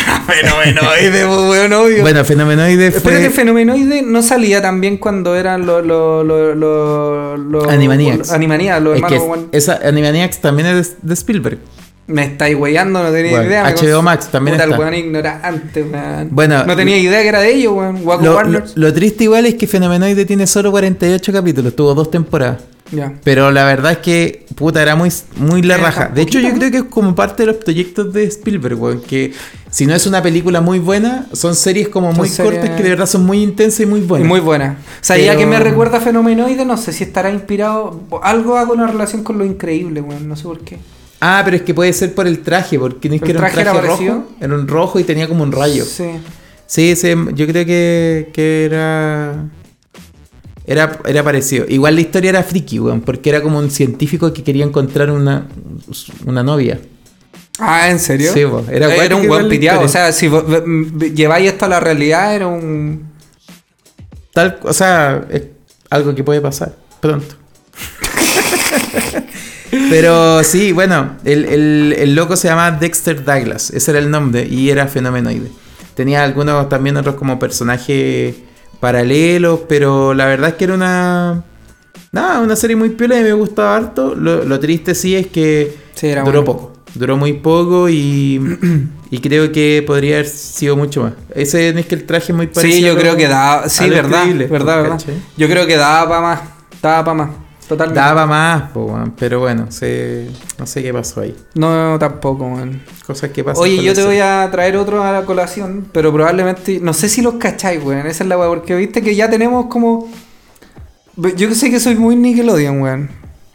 S3: fenomenoide, pues, weón, obvio.
S2: bueno, Fenomenoide fue.
S3: Espero que Fenomenoide no salía también cuando eran los. Lo, lo, lo, lo-
S2: Animaniacs.
S3: lo- Animaniacs, los
S2: Es que
S3: hermanos. weón.
S2: esa Animaniacs también es de Spielberg.
S3: Me estáis weyando, no tenía
S2: Bueno,
S3: idea. me
S2: HBO
S3: cons-
S2: Max también
S3: Puta, el
S2: está.
S3: weón ignorante, weón.
S2: Bueno,
S3: no tenía idea que era de ellos, weón. Waco
S2: Lo, lo-
S3: Warners.
S2: lo triste igual es que Fenomenoide tiene solo 48 capítulos, tuvo dos temporadas.
S3: Ya.
S2: Pero la verdad es que, puta, era muy, muy la
S3: Era
S2: raja. De hecho,
S3: poquito,
S2: yo
S3: ¿no?
S2: creo que es como parte de los proyectos de Spielberg, weón. Que si no es una película muy buena, son series como
S3: Son
S2: muy
S3: series-
S2: cortas que de verdad son muy intensas y muy buenas.
S3: Y muy buena. Sabía
S2: Pero-
S3: que me recuerda a Fenomenoide, no sé si estará inspirado. Algo hago una relación con lo increíble, weón, no sé por qué.
S2: Ah, pero es que puede ser por el traje, porque no es
S3: ¿El
S2: que era un
S3: traje
S2: traje,
S3: era parecido?
S2: rojo. Era un rojo y tenía como un rayo.
S3: Sí.
S2: Sí, sí, yo creo que, que era, era. Era parecido. Igual la historia era friki, weón, porque era como un científico que quería encontrar una, una novia.
S3: Ah, ¿en serio?
S2: Sí, po. Era
S3: Eh,
S2: guay
S3: era un
S2: que
S3: buen
S2: era la
S3: piteado. O
S2: historia.
S3: sea, si vos- ve- m- lleváis esto a la realidad, era un.
S2: Tal, o sea, es algo que puede pasar pronto. Pero sí, bueno, el, el- el loco se llamaba Dexter Douglas, ese era el nombre, y era fenomenoide. Tenía algunos también otros como personajes paralelos, pero la verdad es que era una. Nada, una serie muy piola y me gustaba harto. Lo, lo triste sí es que
S3: Sí, era
S2: duró
S3: bueno.
S2: poco. Duró muy poco y, y creo que podría haber sido mucho más. Ese es que el traje es muy parecido.
S3: Sí,
S2: a
S3: yo
S2: lo-
S3: creo que daba.
S2: a
S3: Sí,
S2: lo
S3: verdad.
S2: increíble,
S3: Verdad, verdad.
S2: ¿cachai?
S3: Yo creo que daba para más. Daba para más. Totalmente.
S2: Daba más, po, weón, pero bueno, se- no sé qué pasó ahí.
S3: No, tampoco, weón.
S2: Cosas que pasan.
S3: Oye,
S2: con
S3: yo
S2: la
S3: te voy
S2: serie.
S3: a traer otro a la colación, pero probablemente. No sé si los cacháis, weón. Esa es la weá, porque viste que ya tenemos como. Yo sé que soy muy Nickelodeon, weón.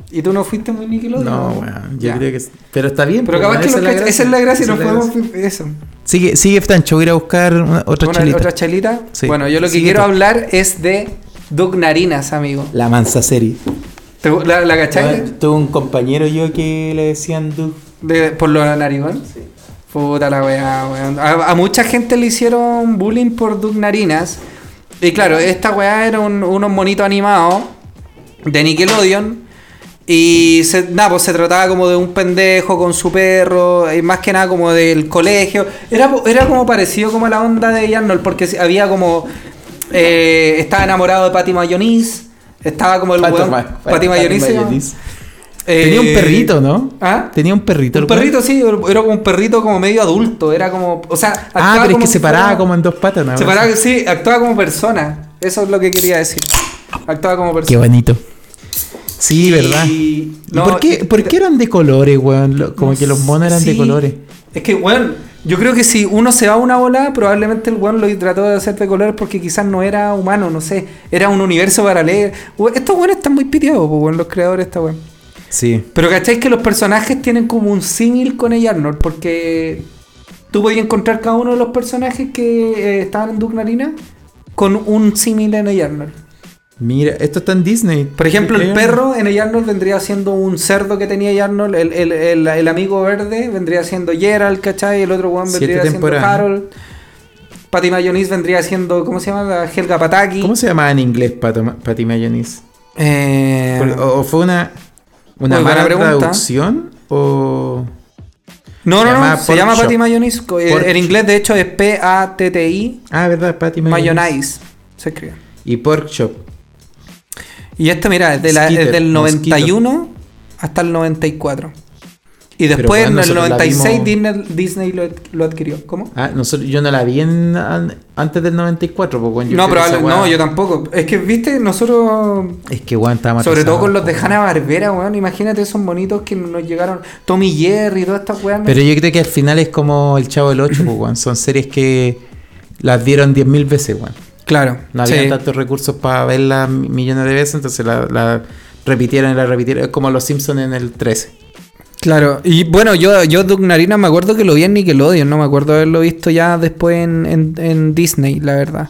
S3: Y tú no fuiste muy Nickelodeon.
S2: No,
S3: weón.
S2: weón, yo
S3: Ya.
S2: creo que. Pero está bien,
S3: Pero
S2: po,
S3: capaz
S2: weón,
S3: que los cachai- esa es la gracia,
S2: esa
S3: nos
S2: es la
S3: podemos.
S2: gracia.
S3: Eso.
S2: Sigue, sigue, Francho, voy a ir a buscar una- otra
S3: Una-
S2: chelita.
S3: otra chelita.
S2: Sí.
S3: Bueno, yo lo que
S2: Sigue
S3: quiero
S2: tú.
S3: hablar es de Doug Narinas, amigo.
S2: La mansa serie.
S3: ¿Te- ¿La, la cachai?
S2: Weón, Tuve un compañero yo que le decían Doug.
S3: De- ¿Por lo narigón? Sí. Puta la weá, weón. A, a mucha gente le hicieron bullying por Doug Narinas. Y claro, esta weá era un- unos monitos animados de Nickelodeon. Y se, nada, pues se trataba como de un pendejo con su perro, y más que nada como del colegio. Era, po- era como parecido como a la onda de Arnold, porque si- había como. eh, estaba enamorado de Patty Mayonis. Estaba como el
S2: Pato
S3: weón.
S2: Ma-
S3: Patty
S2: Pato
S3: Mayonis. se llama.
S2: Mayonis. Tenía un
S3: Eh,
S2: perrito, ¿no?
S3: ¿Ah?
S2: Tenía un perrito. el
S3: Un
S2: weón.
S3: perrito, sí, era como un perrito como medio adulto, era como, o sea, actuaba
S2: Ah, pero es
S3: como
S2: que
S3: si
S2: se paraba
S3: fuera-
S2: como en dos patas, ¿no?
S3: se paraba, sí, actuaba como persona. Eso es lo que quería decir. Actuaba como persona.
S2: Qué bonito. Sí, verdad.
S3: Y-
S2: ¿Y
S3: no,
S2: por, qué,
S3: y-
S2: por qué eran de colores, weón? Lo- Como que los monos eran de
S3: Sí.
S2: colores.
S3: Es que, bueno, yo creo que si uno se va a una bola, probablemente el weón lo trató de hacer de colores porque quizás no era humano, no sé. Era un universo paralelo. Weón, Estos weones están muy piteados, pues, weón, los creadores, esta weón.
S2: Sí.
S3: Pero ¿cacháis que los personajes tienen como un símil con el Arnold? Porque tú podías encontrar cada uno de los personajes que eh, estaban en Dugnarina con un símil en el Arnold.
S2: Mira, esto está en Disney.
S3: Por ejemplo, el perro en el Arnold vendría siendo un cerdo que tenía Arnold, el, el, el, el amigo verde vendría siendo Gerald, ¿cachai? El otro weón vendría
S2: Siete
S3: siendo
S2: temporadas.
S3: Harold. Patty Mayonis vendría siendo, ¿cómo se llama? La Helga Pataki.
S2: ¿Cómo se llamaba en inglés Pato- Patty Mayonis?
S3: Eh,
S2: Por- ¿O, o fue una, una
S3: Muy buena
S2: mala
S3: pregunta.
S2: traducción? ¿O
S3: no,
S2: se
S3: no,
S2: llamaba
S3: no, se
S2: Pork
S3: llama
S2: Chop.
S3: Patty Mayonis. co- eh,
S2: Pork
S3: En inglés, de hecho, es P-A-T-T-I
S2: Ah, ¿verdad? Patty Mayonis.
S3: Mayonnaise. Se escribe.
S2: Y Pork Chop.
S3: Y esto, mira, es, de la- es
S2: Skeeter,
S3: del
S2: mosquito.
S3: 91 hasta el 94. Y
S2: Pero,
S3: después,
S2: weón,
S3: en el
S2: nosotros la
S3: 96,
S2: vimos-
S3: Disney, Disney lo, ad- lo adquirió. ¿Cómo?
S2: Ah, nosotros, yo no la vi en- an- antes del 94. Porque, pues, weón, yo
S3: No,
S2: creo
S3: pero
S2: que esa
S3: al-
S2: weá-
S3: no, yo tampoco. Es que, viste, nosotros.
S2: Es que weón estaba
S3: Sobre todo con los de Hanna Barbera, weón. Imagínate esos monitos que nos llegaron. Tommy Jerry y todas estas weas. ¿no?
S2: Pero yo creo que al final es como El Chavo del 8, Son series que las dieron 10.000 veces, weón.
S3: claro.
S2: No
S3: sí.
S2: había tantos recursos para verla mi- millones de veces, entonces la, la repitieron y la repitieron. Es como los Simpsons en el 13.
S3: Claro, y bueno, yo, yo Dugnarina me acuerdo que lo vi en Nickelodeon, no me acuerdo haberlo visto ya después en, en- en Disney, la verdad.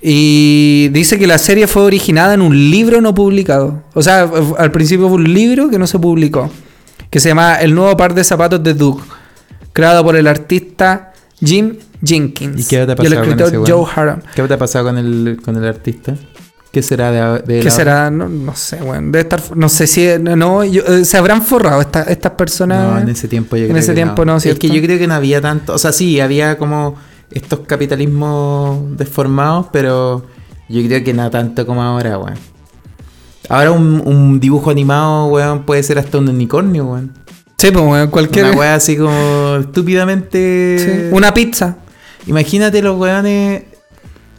S3: Y dice que la serie fue originada en un libro no publicado. O sea, f- al principio fue un libro que no se publicó, que se llama El nuevo par de zapatos de Doug, creado por el artista Jim Jenkins
S2: ¿Y qué te ha
S3: el
S2: pasado con
S3: escritor
S2: ese weón?
S3: Joe Haran.
S2: ¿Qué te ha pasado con el, con el artista? ¿Qué será de, de
S3: ¿Qué
S2: la-
S3: será? No, no sé, weón. Debe estar. No sé si. No, yo- eh, se habrán forrado esta- estas personas.
S2: No, en ese tiempo yo
S3: en
S2: creo
S3: ese
S2: que
S3: tiempo no,
S2: Es
S3: ¿cierto?
S2: que yo creo que no había tanto. O sea, sí, había como estos capitalismos desformados, pero yo creo que no tanto como ahora, weón. Ahora un, un dibujo animado, weón, puede ser hasta un unicornio, weón.
S3: Sí, pues, weón, cualquier. [laughs]
S2: Una weá así como estúpidamente.
S3: Sí, Una pizza.
S2: Imagínate los weones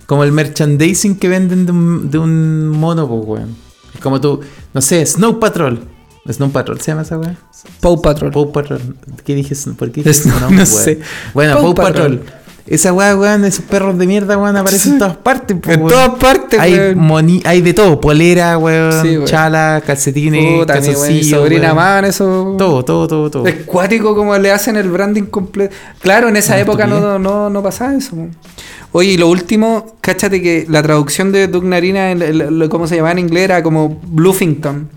S2: como el merchandising que venden de un, de un mono, pues, weón. Es como tú, no sé, Snow Patrol. ¿Snow Patrol se llama esa weá?
S3: Paw Patrol.
S2: Paw Patrol. ¿Qué dije? Sn- ¿Por qué dije
S3: Snow-
S2: Snow,
S3: no
S2: weón?
S3: sé.
S2: Bueno,
S3: Paw
S2: Paw Patrol. Esa weá, weón, esos perros de mierda, weón, aparecen en todas partes, pues,
S3: en
S2: weón.
S3: todas partes,
S2: hay,
S3: weón.
S2: moni- hay de todo, polera, weón,
S3: Sí, weón.
S2: chala, calcetines,
S3: Puta, mi weón, mi
S2: calzoncillos,
S3: sobrina
S2: weón.
S3: amaban eso.
S2: Todo, todo, todo, todo.
S3: Es cuático como le hacen el branding completo. Claro, en esa
S2: Una
S3: época no,
S2: estupidez.
S3: no, no pasaba eso. weón. Oye, y lo último, cáchate que la traducción de Dugnarina, en el- el- ¿cómo se llamaba en inglés? Era como Bluffington.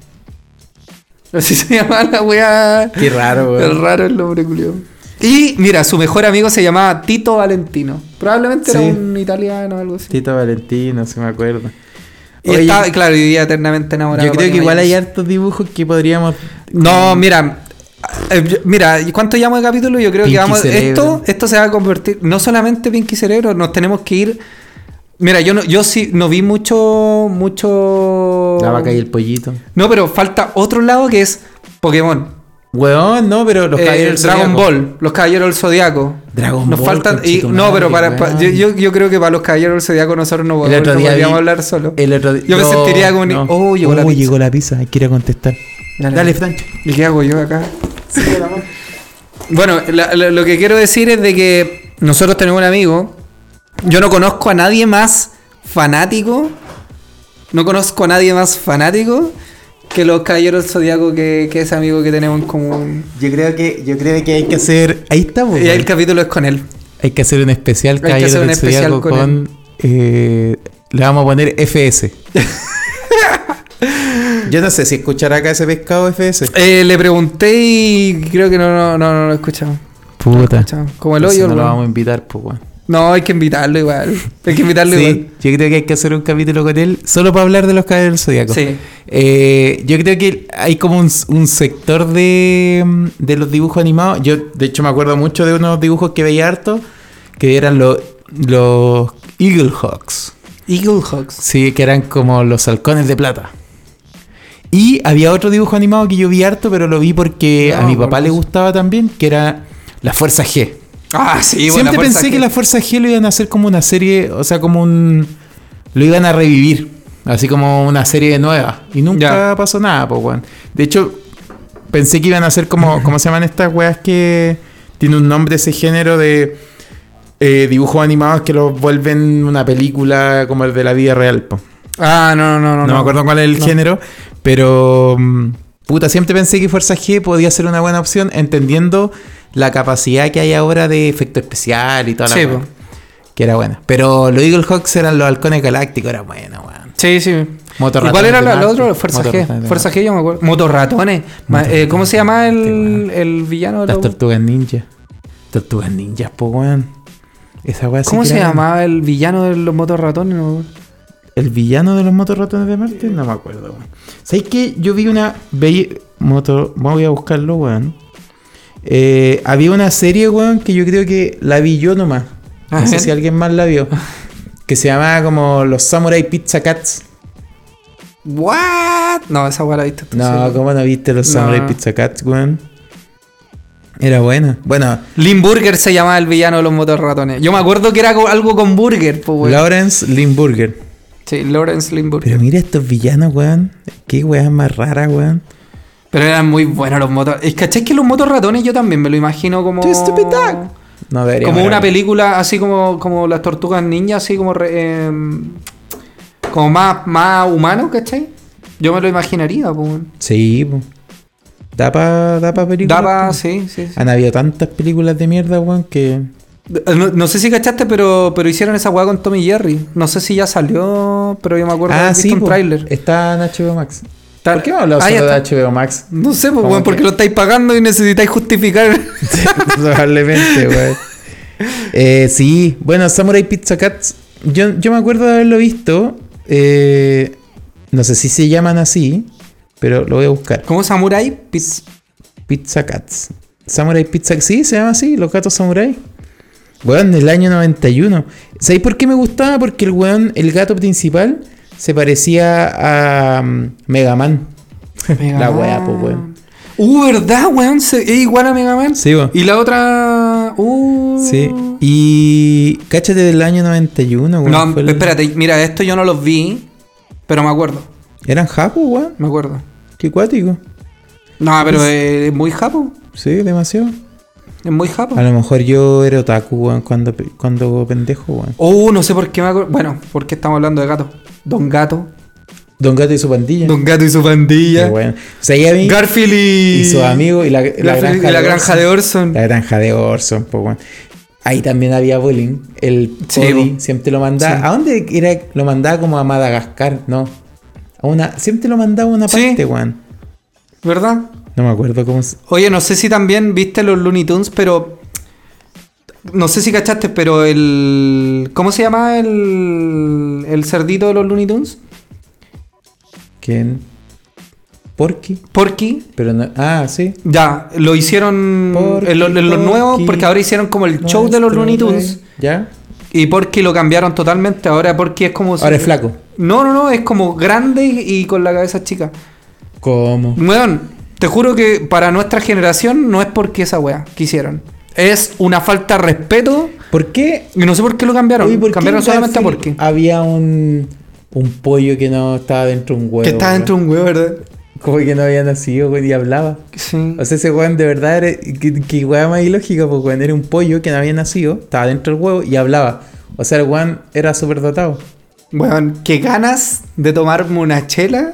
S3: Así [laughs] se llamaba la weá.
S2: Qué raro, weón.
S3: El raro el nombre, culio. Y mira, su mejor amigo se llamaba Tito Valentino. Probablemente
S2: Sí.
S3: era un italiano o algo así.
S2: Tito Valentino, se me acuerdo.
S3: Y
S2: Oye,
S3: estaba, claro, y vivía eternamente enamorado.
S2: yo
S3: de
S2: creo
S3: Patty
S2: que igual hay
S3: Mayonnaise.
S2: hartos dibujos que podríamos.
S3: No, mira. eh, yo- Mira, ¿cuánto llamo de capítulo? Yo creo
S2: Pinky
S3: que vamos.
S2: Cerebro.
S3: Esto, esto se va a convertir. No solamente Pinky Cerebro, nos tenemos que ir. Mira, yo no, yo sí no vi mucho. mucho.
S2: La vaca y el pollito.
S3: No, pero falta otro lado que es Pokémon.
S2: Weón, no, pero los
S3: Eh,
S2: caballeros del
S3: Dragon
S2: Zodiaco.
S3: Ball, los Caballeros del Zodiaco.
S2: Dragon
S3: nos
S2: Ball,
S3: faltan. y-
S2: conchetumare,
S3: no, pero para, pa- yo,
S2: weón.
S3: yo, yo creo que para los Caballeros del Zodiaco nosotros no,
S2: El
S3: podemos,
S2: otro
S3: no
S2: día.
S3: podríamos
S2: vi-
S3: hablar solo.
S2: El otro di-
S3: Yo me
S2: no,
S3: sentiría como ni-
S2: no.
S3: Oh, llegó la pizza.
S2: llegó la pizza. Hay que ir a contestar.
S3: Dale.
S2: Dale, Fran.
S3: ¿Y qué hago yo acá? Bueno, la- la- lo que quiero decir es de que nosotros tenemos un amigo. Yo no conozco a nadie más fanático. No conozco a nadie más fanático que los caballeros del zodiaco que, que ese amigo que tenemos en común.
S2: Yo creo que, yo creo que hay que hacer. Ahí está, pues,
S3: Y el capítulo es con él.
S2: Hay que hacer un especial
S3: que
S2: Caballeros
S3: hacer un
S2: del
S3: especial
S2: Zodiaco
S3: con
S2: con. eh, le vamos a poner FS. [laughs] Yo no sé si escuchará acá ese pescado FS.
S3: Eh, le pregunté y creo que no, no, no, no lo escuchamos.
S2: Puta.
S3: Escuchamos. Como el
S2: Entonces
S3: hoyo,
S2: no
S3: el
S2: lo
S3: weón.
S2: vamos a invitar, pues, weón.
S3: No, hay que invitarlo igual. Hay que invitarlo
S2: Sí,
S3: igual.
S2: yo creo que hay que hacer un capítulo con él solo para hablar de los caballeros del zodiaco.
S3: Sí.
S2: Eh, yo creo que hay como un, un sector de, mm, de los dibujos animados. Yo, de hecho, me acuerdo mucho de unos dibujos que veía harto que eran los, los Eaglehawks.
S3: Eaglehawks.
S2: Sí, que eran como los halcones de plata. Y había otro dibujo animado que yo vi harto, pero lo vi porque
S3: No,
S2: a mi
S3: por
S2: papá le
S3: eso.
S2: gustaba también, que era la Fuerza G.
S3: Ah, sí, bueno,
S2: Siempre
S3: la fuerza
S2: pensé que la Fuerza G lo iban a hacer como una serie, o sea, como un. Lo iban a revivir, así como una serie nueva. Y nunca
S3: Ya.
S2: pasó nada, pues, weón. De hecho, pensé que iban a hacer
S3: [laughs]
S2: como. ¿Cómo se llaman estas weas que. Tiene un nombre ese género de. eh, dibujos animados que los vuelven una película como el de la vida real, po.
S3: Ah, no, no, no.
S2: No, me acuerdo cuál es el
S3: No.
S2: género, pero. mm, Puta, siempre pensé que Fuerza G podía ser una buena opción, entendiendo la capacidad que hay ahora de efecto especial y toda la
S3: Sí,
S2: weá,
S3: po.
S2: Que era buena. Pero los Eagle Hawks eran los halcones galácticos, era bueno, weón.
S3: Sí, sí.
S2: Motorratones
S3: ¿Y cuál era
S2: de
S3: la- la
S2: Marte.
S3: otra? Fuerza
S2: Motorratones
S3: G.
S2: de
S3: Fuerza G, yo me acuerdo. Motorratones. Ma- eh, ¿Cómo se llama el, el villano? de
S2: Las
S3: la-
S2: tortugas ninja. Tortugas ninjas, po, weón. Esa weá sí
S3: ¿Cómo
S2: que
S3: se
S2: era-
S3: llamaba el villano de los motorratones? No?
S2: ¿El villano de los motorratones de Marte? No me acuerdo, weón. ¿Sabéis que yo vi una. veí- Moto... Voy a buscarlo, weón. Eh, había una serie, weón, que yo creo que la vi yo nomás. No
S3: A
S2: sé
S3: ver.
S2: si alguien más la
S3: [laughs]
S2: vio. Que se llamaba como Los Samurai Pizza Cats.
S3: ¿What? No, esa weá la viste tú.
S2: No,
S3: sí.
S2: ¿cómo no viste Los Samurai
S3: No.
S2: Pizza Cats, weón? Era buena. Bueno,
S3: Limburger se llamaba el villano de los motorratones. Yo me acuerdo que era co- algo con burger, pues, weón.
S2: Lawrence Limburger.
S3: Sí, Lawrence Limburger.
S2: Pero mira estos villanos, weón. Qué weón más rara, weón.
S3: Pero eran muy buenos los motor. Es ¿cachai que los motorratones yo también me lo imagino como.
S2: Too stupid dog. No debería.
S3: Como una película así como, como las tortugas ninja, así como. re- em, como más, más humano, ¿cachai? Yo me lo imaginaría, pues. weón.
S2: Sí, po. Da pa, da pa películas.
S3: Daba,
S2: po.
S3: sí, sí. sí.
S2: Han habido tantas películas de mierda, weón, que.
S3: No, no sé si cachaste, pero, pero hicieron esa weá con Tommy Jerry. No sé si ya salió, pero yo me acuerdo de
S2: Ah,
S3: haber
S2: sí,
S3: visto un
S2: po.
S3: tráiler.
S2: Está en HBO Max.
S3: Está-
S2: ¿Por qué hemos hablado
S3: Ah, ya
S2: solo de HBO Max? [laughs]
S3: No sé, pues,
S2: Como
S3: weón, porque
S2: que-
S3: lo estáis pagando y necesitáis
S2: [laughs]
S3: justificar.
S2: Probablemente, weón. Eh, sí, bueno, Samurai Pizza Cats. Yo, yo me acuerdo de haberlo visto. eh, no sé si se llaman así, pero lo voy a buscar.
S3: como Samurai Pizza.
S2: Pizza Cats. Samurai Pizza Sí, se llama así, Los Gatos Samurai. Weón, del año 91. ¿Sabéis por qué me gustaba? Porque el weón, el gato principal, se parecía a um, Mega Man. La weá, pues, weón.
S3: Uh, ¿verdad, weón? Se- Es igual a Mega Man.
S2: Sí, weón.
S3: Y la otra. Uh.
S2: Sí. Y. Cáchate del año 91, weón.
S3: No,
S2: Fue el-
S3: espérate, mira, esto yo no los vi, pero me acuerdo.
S2: Eran japos, weón.
S3: Me acuerdo.
S2: Qué cuático.
S3: No, pero eh, es muy japo.
S2: Sí, demasiado.
S3: Es muy japo.
S2: A lo mejor yo era otaku, weón, cuando, pe- cuando pendejo, weón.
S3: Oh, no sé por qué me acuerdo. Bueno, porque estamos hablando de gato. Don Gato.
S2: Don Gato y su pandilla.
S3: Don Gato y su pandilla.
S2: Qué bueno. O sea, ya vi-
S3: Garfield y.
S2: y sus amigos y la, la
S3: Garfield y la granja de Orson.
S2: La granja de Orson, po, weón. Ahí también había bullying. El
S3: Sí,
S2: Cody
S3: po.
S2: siempre lo mandaba.
S3: Sí.
S2: ¿A dónde era? Lo mandaba como a Madagascar, ¿no? A una, siempre lo mandaba a una
S3: Sí.
S2: parte, weón.
S3: ¿Verdad?
S2: No me acuerdo cómo se.
S3: Oye, no sé si también viste los Looney Tunes, pero. No sé si cachaste, pero el. ¿Cómo se llama el. el cerdito de los Looney Tunes?
S2: ¿Quién? Porky.
S3: Porky.
S2: Pero no. Ah, sí.
S3: Ya, lo hicieron
S2: Porky,
S3: en, lo- en los
S2: Porky.
S3: nuevos, porque ahora hicieron como el show de los
S2: Nuestro
S3: Looney
S2: rey.
S3: Tunes.
S2: ¿Ya?
S3: Y Porky lo cambiaron totalmente. Ahora Porky es como. si-
S2: Ahora es flaco.
S3: No, no, no, es como grande y con la cabeza chica.
S2: ¿Cómo?
S3: Weón, te juro que para nuestra generación no es porque esa wea que hicieron. Es una falta de respeto.
S2: ¿Por qué?
S3: Y no sé por qué lo cambiaron.
S2: Oye, ¿por qué
S3: cambiaron
S2: en
S3: solamente a
S2: Garfield
S3: porque.
S2: Había un. Un pollo que no estaba dentro de un huevo.
S3: que está dentro de un huevo, ¿verdad?
S2: un. Como que no había nacido, güey, y hablaba.
S3: Sí.
S2: O sea, ese weón de verdad era. Que, que weá más ilógica, porque weón era un pollo que no había nacido, estaba dentro del huevo y hablaba. O sea, el weón era súper dotado.
S3: Weón, qué ganas de tomarme una chela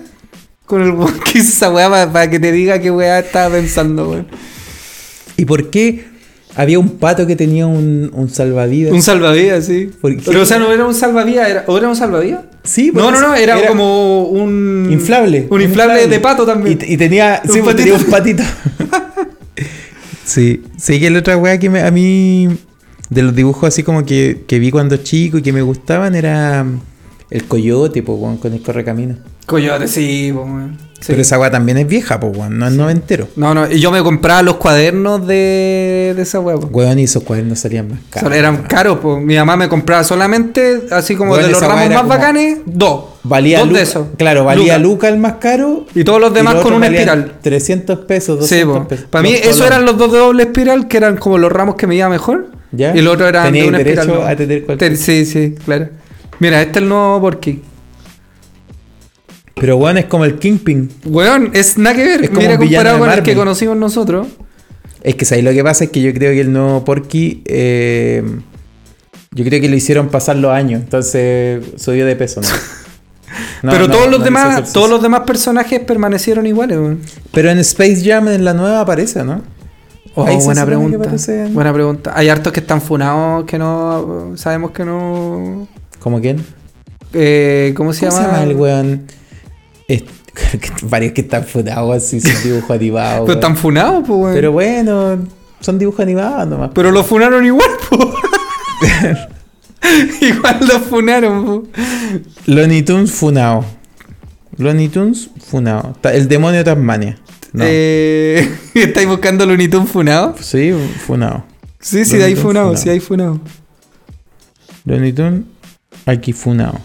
S3: con el weón que hizo esa weá para, que te diga qué weá estaba pensando, weón.
S2: ¿Y por qué había un pato que tenía un, un salvavidas?
S3: Un salvavidas, sí.
S2: ¿Por qué?
S3: Pero, o sea, no era un salvavidas, era, ¿o era un salvavidas?
S2: Sí, pues,
S3: No, no, no, era,
S2: era
S3: como un.
S2: Mm. Inflable.
S3: Un inflable, de pato también.
S2: Y, y tenía.
S3: Un
S2: sí, pues, tenía un
S3: patito.
S2: patito. [laughs] sí. Sí, que la otra weá que me- a mí. De los dibujos así como que, que vi cuando chico y que me gustaban era. mm, El coyote, pues, weón, con el correcamino.
S3: Coyote, sí, po, weón. Sí.
S2: Pero esa weá también es vieja, pues, weón, no es noventero.
S3: No, no, y yo me compraba los cuadernos de, de esa weá, po.
S2: Weón, y esos cuadernos salían más caros.
S3: Son- eran caros, pues. Mi mamá me compraba solamente, así como
S2: Bueno,
S3: de los
S2: esa
S3: ramos
S2: weá era
S3: más
S2: como-
S3: bacanes, dos.
S2: Valía
S3: dos
S2: Luca,
S3: de esos.
S2: Claro, valía
S3: Lucas.
S2: Luca el más caro.
S3: Y todos los demás con
S2: otros
S3: una
S2: valían
S3: espiral.
S2: 300 pesos, 200
S3: Sí, po.
S2: pesos.
S3: Para mí,
S2: Los
S3: eso
S2: colores.
S3: eran los dos de doble espiral, que eran como los ramos que me iba mejor.
S2: ¿Ya?
S3: Y el otro era
S2: Tenía
S3: de una
S2: el derecho
S3: espiral. ¿no?
S2: a tener cualquier-
S3: Ten- Sí, sí, claro. Mira, este es el nuevo Porky.
S2: Pero weón, es como el Kingpin.
S3: Weón, es nada que ver.
S2: Es como
S3: Mira,
S2: un villano
S3: comparado
S2: de
S3: con el
S2: Marvel.
S3: que conocimos nosotros.
S2: Es que ¿sabes? lo que pasa es que yo creo que el nuevo Porky. eh, yo creo que lo hicieron pasar los años. Entonces subió de peso,
S3: [laughs]
S2: ¿no? No,
S3: Pero
S2: no,
S3: todos los
S2: no hizo
S3: demás,
S2: ejercicio.
S3: todos los demás personajes permanecieron iguales, weón.
S2: Pero en Space Jam, en la nueva aparece, ¿no?
S3: Oh,
S2: Ahí se
S3: buena
S2: supone que
S3: pregunta.
S2: aparecen-
S3: Buena pregunta. Hay hartos que están funados que no. Sabemos que no.
S2: ¿Cómo quién?
S3: eh, ¿Cómo se
S2: ¿Cómo
S3: llama?
S2: se llama el weón? Es- [laughs] varios que están funados así, son dibujos animados.
S3: Pero
S2: weón.
S3: están funados, pues, weón.
S2: Pero bueno, son dibujos animados nomás.
S3: Pero lo funaron igual, po. [laughs] igual lo funaron, po.
S2: Looney Tunes funao. Lonnie Tunes funao. Ta- El demonio de Tasmania. No.
S3: Eh, [laughs] ¿Estáis buscando Looney Tunes funado?
S2: Sí, funao.
S3: Sí, sí, de ahí
S2: Looney Tunes
S3: funado,
S2: funado.
S3: sí, de ahí funado.
S2: Looney Tunes aquí funao.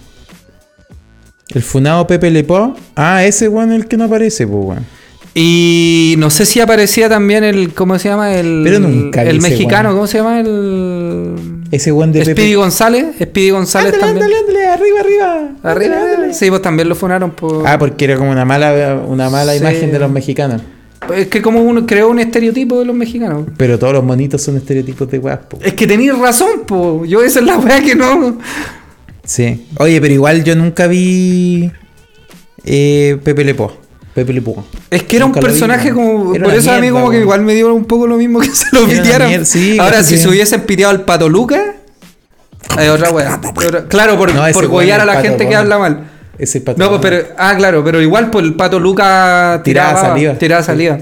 S2: El funao Pepe Lepó. Ah, ese weón es el que no aparece, pues weón.
S3: Y no sé si aparecía también el. ¿Cómo se llama? El,
S2: Pero nunca
S3: el
S2: dice,
S3: mexicano,
S2: weón.
S3: ¿cómo se llama? El.
S2: Ese weón de
S3: Speedy
S2: Pepe.
S3: González. Speedy González
S2: Ándale,
S3: también.
S2: ándale, ándale, arriba, arriba.
S3: Arriba,
S2: Ándale, ándale.
S3: Sí, pues también lo funaron por.
S2: Ah, porque era como una mala, una mala
S3: Sí.
S2: imagen de los mexicanos.
S3: Es que como uno creó un estereotipo de los mexicanos.
S2: Pero todos los monitos son estereotipos de weas, po.
S3: Es que tenéis razón, po. Yo esa es la weá que no.
S2: Sí. Oye, pero igual yo nunca vi eh, Pepe Lepó. Pepe Lepó.
S3: Es que era
S2: Nunca
S3: un
S2: lo vi,
S3: personaje
S2: man.
S3: como.
S2: Era
S3: por
S2: una
S3: eso a mí
S2: mierda,
S3: como que
S2: weón.
S3: igual me dio un poco lo mismo [laughs] que se lo
S2: Era una
S3: pitearon.
S2: mierda, sí,
S3: Ahora, si
S2: sí.
S3: se hubiesen piteado al Pato Luca, hay otra weá. Pero- Claro, por,
S2: Ah, No, ese
S3: por
S2: weón
S3: huevear
S2: es
S3: a la
S2: Pato,
S3: gente que
S2: weón.
S3: habla mal.
S2: Ese pato.
S3: No, pues, pero. Ah, claro, pero igual por el Pato Luca
S2: Tiraba
S3: tiraba.
S2: saliva.
S3: saliva. Tiraba saliva.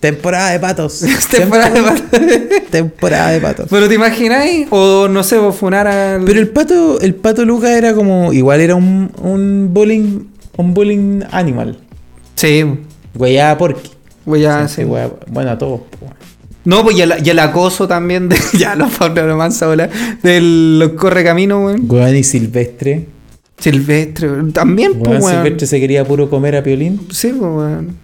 S2: Temporada de patos.
S3: [laughs] Temporada de
S2: patos. Temporada de
S3: [laughs]
S2: patos.
S3: Pero te imagináis, o no sé, vos funar al.
S2: Pero el pato, el pato Luca era como. Igual era un, un bowling. Un bowling animal.
S3: Sí,
S2: Weyaba a Porky.
S3: voy a. Ah, sí.
S2: Sí, weyaba- bueno, a todos. po.
S3: No, pues y el, y el acoso también de. [laughs] Ya, la fauna romanza, hola. De los correcaminos, weón.
S2: Weón y Silvestre.
S3: Silvestre, weón. También,
S2: Weón,
S3: pues, weón.
S2: Silvestre se quería puro comer a Piolín.
S3: Sí, pues, weón.